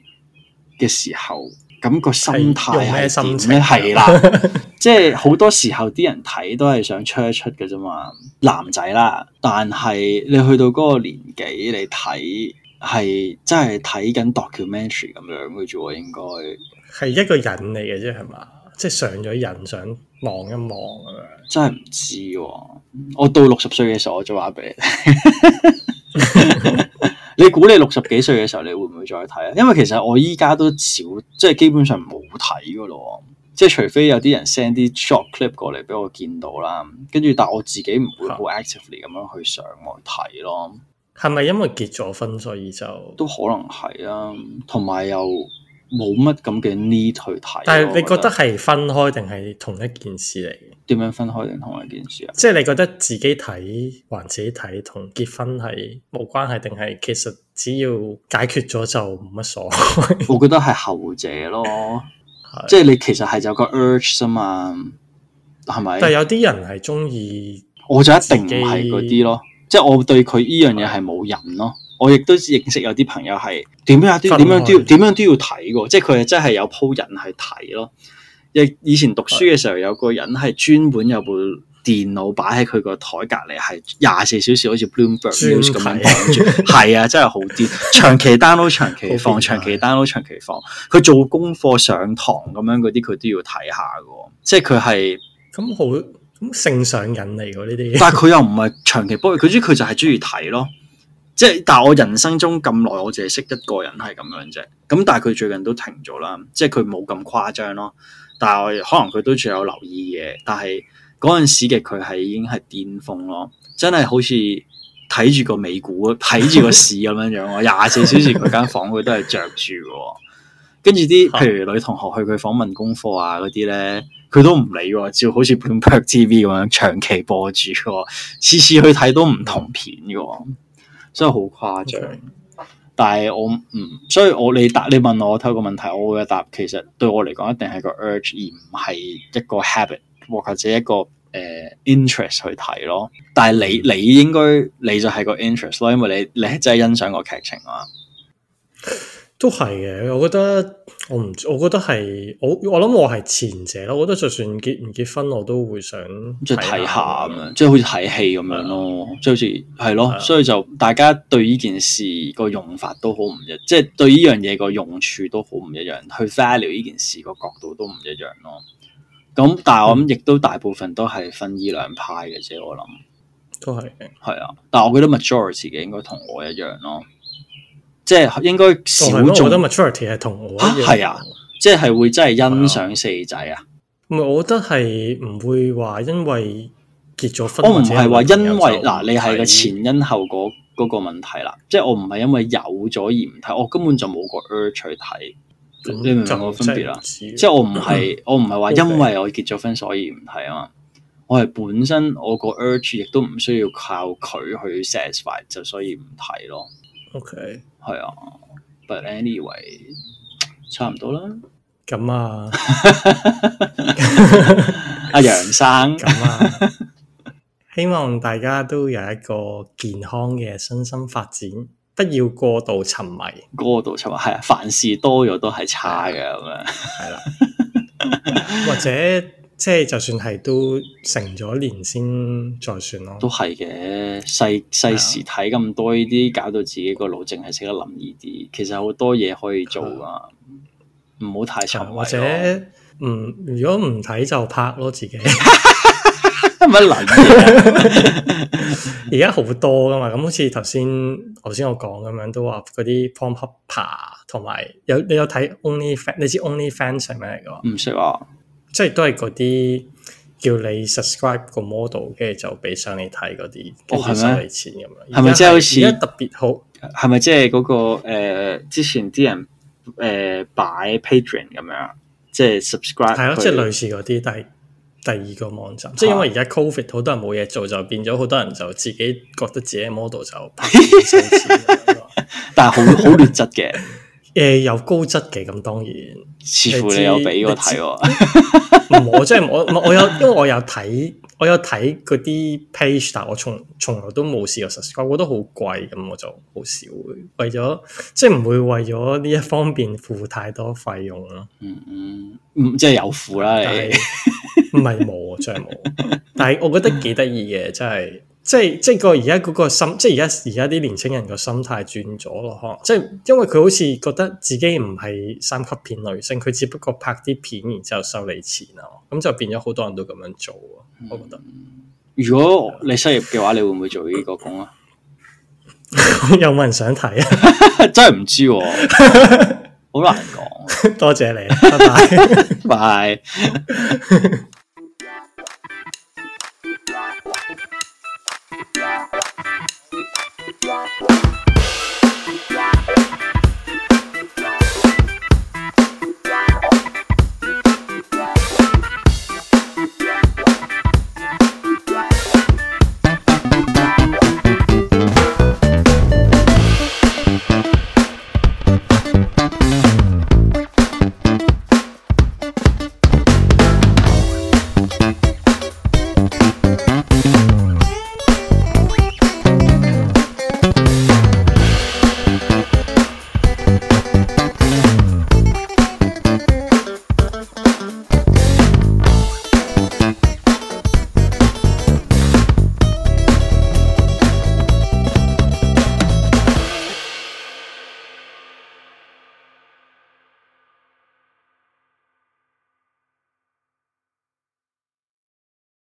S2: 嘅時候，咁、個心
S1: 係用咩
S2: 態
S1: 心
S2: 係點
S1: 情
S2: 咧？
S1: 啊
S2: 係啦，即係好多時候啲人睇都係想 c 出嘅啫嘛，男仔啦，但係你去到嗰個年紀，你睇係真係睇緊 documentary 咁樣嘅啫喎，應該
S1: 係一個人嚟嘅啫，係嘛？即係上咗人想望一望咁樣。
S2: 真係唔知喎。我到六十歲嘅時候，我再話俾你聽。 你估你六十幾歲嘅時候，你會唔會再睇啊？因為其實我依家都少，即係基本上冇睇噶咯。即係除非有啲人 send 啲 short clip 過嚟俾我見到啦，跟住但我自己唔會好 actively 咁樣去上網睇咯，
S1: 係咪因為結咗婚所以就？
S2: 都可能係啊，同埋又冇乜咁嘅 need 去睇咯。
S1: 但係你覺
S2: 我
S1: 得係分開定係同一件事嚟嘅？
S2: 點樣分開定同一件事啊？
S1: 即係你覺得自己睇還自己睇同結婚係冇關係，定係其實只要解決咗就冇乜所謂？
S2: 我覺得係後者咯。
S1: 係
S2: 即係你其實係有個 urge 啫嘛，係
S1: 但係
S2: 咪？
S1: 有啲人係中意
S2: 我就一定唔係嗰啲咯，即係我對佢依樣嘢係冇癮咯。我亦都認識有啲朋友係點樣都要
S1: 分
S2: 點
S1: 開
S2: 樣都要點樣都要睇嘅，即係佢係真係有鋪人去睇咯。亦以前讀書嘅時候，有個人係專門有部電腦擺喺佢個台隔離，係廿四小時好似 Bloomberg
S1: 專
S2: News 咁樣
S1: 睇
S2: 綁住， 係啊，真係好癲！長期 download 長期
S1: 好
S2: 放，
S1: 變態
S2: 長期 download 長期放。佢做功課上堂咁樣嗰啲，佢都要睇下嘅喎，即係佢係。
S1: 咁好咁性上癮嚟啊喎呢啲嘢。
S2: 但係佢又唔係長期煲，佢知佢就係中意睇咯。即係，但係我人生中咁耐，我淨係識一個人係咁樣啫。咁但係佢最近都停咗啦，即係佢冇咁誇張咯。但係我可能佢都仲有留意嘅，但係嗰陣時嘅佢係已經係巔峰咯，真係好似睇住個美股，睇住個市咁樣樣喎。廿四小時佢間房佢都係着住嘅喎。跟住啲譬如女同學去佢訪問功課啊嗰啲咧，佢都唔理喎，照好似 Bloomberg TV 咁樣長期播住喎，次次去睇都唔同片嘅喎，真係好誇張。
S1: OK
S2: 但係我唔，所以我你答你問我透個問題，我嘅答其實對我嚟講一定係個 urge，而唔係一個 habit 或者一個誒、呃 interest 去睇咯。但係你你應該你就係個 interest 咯，因為你你真係欣賞個劇情啊嘛。
S1: 都係嘅，我覺得我唔，我覺得係我我諗我係前者咯。我覺得就算結唔結婚，我都會想
S2: 即係
S1: 啊
S2: 睇下咁樣，即係好似睇戲咁樣咯，即係好似係
S1: 係
S2: 咯
S1: 啊，
S2: 所以就大家對呢件事個用法都好唔一，即係對呢樣嘢個用處都好唔一樣，去 value 呢件事個角度都唔一樣咯。咁但係我
S1: 嗯
S2: 諗亦都大部分都係分呢兩派嘅啫，我諗
S1: 都係嘅。
S2: 係啊。但係我覺得 majority 嘅應該同我一樣咯，即係應該
S1: 我
S2: 少
S1: 係咯我覺得
S2: 眾，
S1: maturity 係同我一樣。
S2: 啊係啊即係會真係欣賞四仔啊。
S1: 唔係，我覺得係唔會話因為結咗婚，
S2: 我唔係話因為
S1: 為
S2: 嗱，你係個前因後果嗰個問題啦，即係我唔係因為有咗而唔睇，我根本就冇個 urge 去睇，你明唔明我分別啊啦？
S1: 即
S2: 即係我唔 係我唔係話
S1: OK
S2: 因為我結咗婚所以唔睇啊嘛，我係本身我個 urge 亦都唔需要靠佢去 satisfy 就所以唔睇咯，
S1: OK
S2: 係啊，but anyway 差唔多啦，
S1: 咁啊，
S2: 阿楊 生
S1: 咁啊， 希望大家都有一個健康嘅身心發展，不要過度沉迷，
S2: 嗰度就話係啊，凡事多咗都係差嘅咁樣。
S1: 係啦，或者即係就算係都成咗年先再算咯
S2: 都。係嘅，細
S1: 啊
S2: 細時睇咁多呢啲，搞到自己個腦淨係識得諗呢啲。其實好多嘢可以做噶，唔好太沉迷咯。
S1: 啊或者唔如果唔睇就拍咯，自己
S2: 乜撚嘢啊？
S1: 而家好多噶嘛，咁好似頭先頭先我講咁樣，都話嗰啲 p o m p u p 爬，同埋有你有睇 Only Fan，你知 Only Fans 係咩嚟噶？
S2: 唔識啊！
S1: 即係都係嗰啲叫你 subscribe 個 model，跟住就俾相你睇嗰啲，跟住
S2: 哦係
S1: 收
S2: 咩
S1: 你錢咁樣。
S2: 係咪即係好似
S1: 而家特別好？
S2: 係咪即係嗰個、呃、之前啲人誒、呃、擺 Patreon 咁樣，即係 subscribe
S1: 係
S2: 啊佢
S1: 咯，即係類似嗰啲，但係第二個網站，即係因為而家 Covid 好多人冇嘢做，就變咗好多人就自己覺得自己嘅 model 就拍片收錢咁 樣咯。
S2: 但係好好劣 質嘅，
S1: 誒有高質嘅咁當然。
S2: 似乎
S1: 你
S2: 你
S1: 知
S2: 有俾我
S1: 你知
S2: 睇喎。
S1: 唔，我真係我我有，因為我有睇我有睇嗰啲 page，但我從從來都冇試過 subscribe，我覺得好貴咁，我就好少會為咗即係唔會為咗呢一方面付太多費用咯。
S2: 嗯 嗯嗯，即係有負啦
S1: 但
S2: 你
S1: 係。 唔係冇，啊真係冇。但係我覺得幾得意嘅，真係。即係即係個而家嗰個心，即係而家而家啲年青人個心態轉咗咯，可能即係因為佢好似覺得自己唔係三級片女星，佢只不過拍啲片，然之後收你錢啊，咁就變咗好多人都咁樣做啊，我覺得
S2: 如果你失業嘅話，你會唔會做呢個工啊？
S1: 有冇人想睇啊？
S2: 真係唔知喎，好難講。
S1: 多謝你，拜拜。
S2: 拜。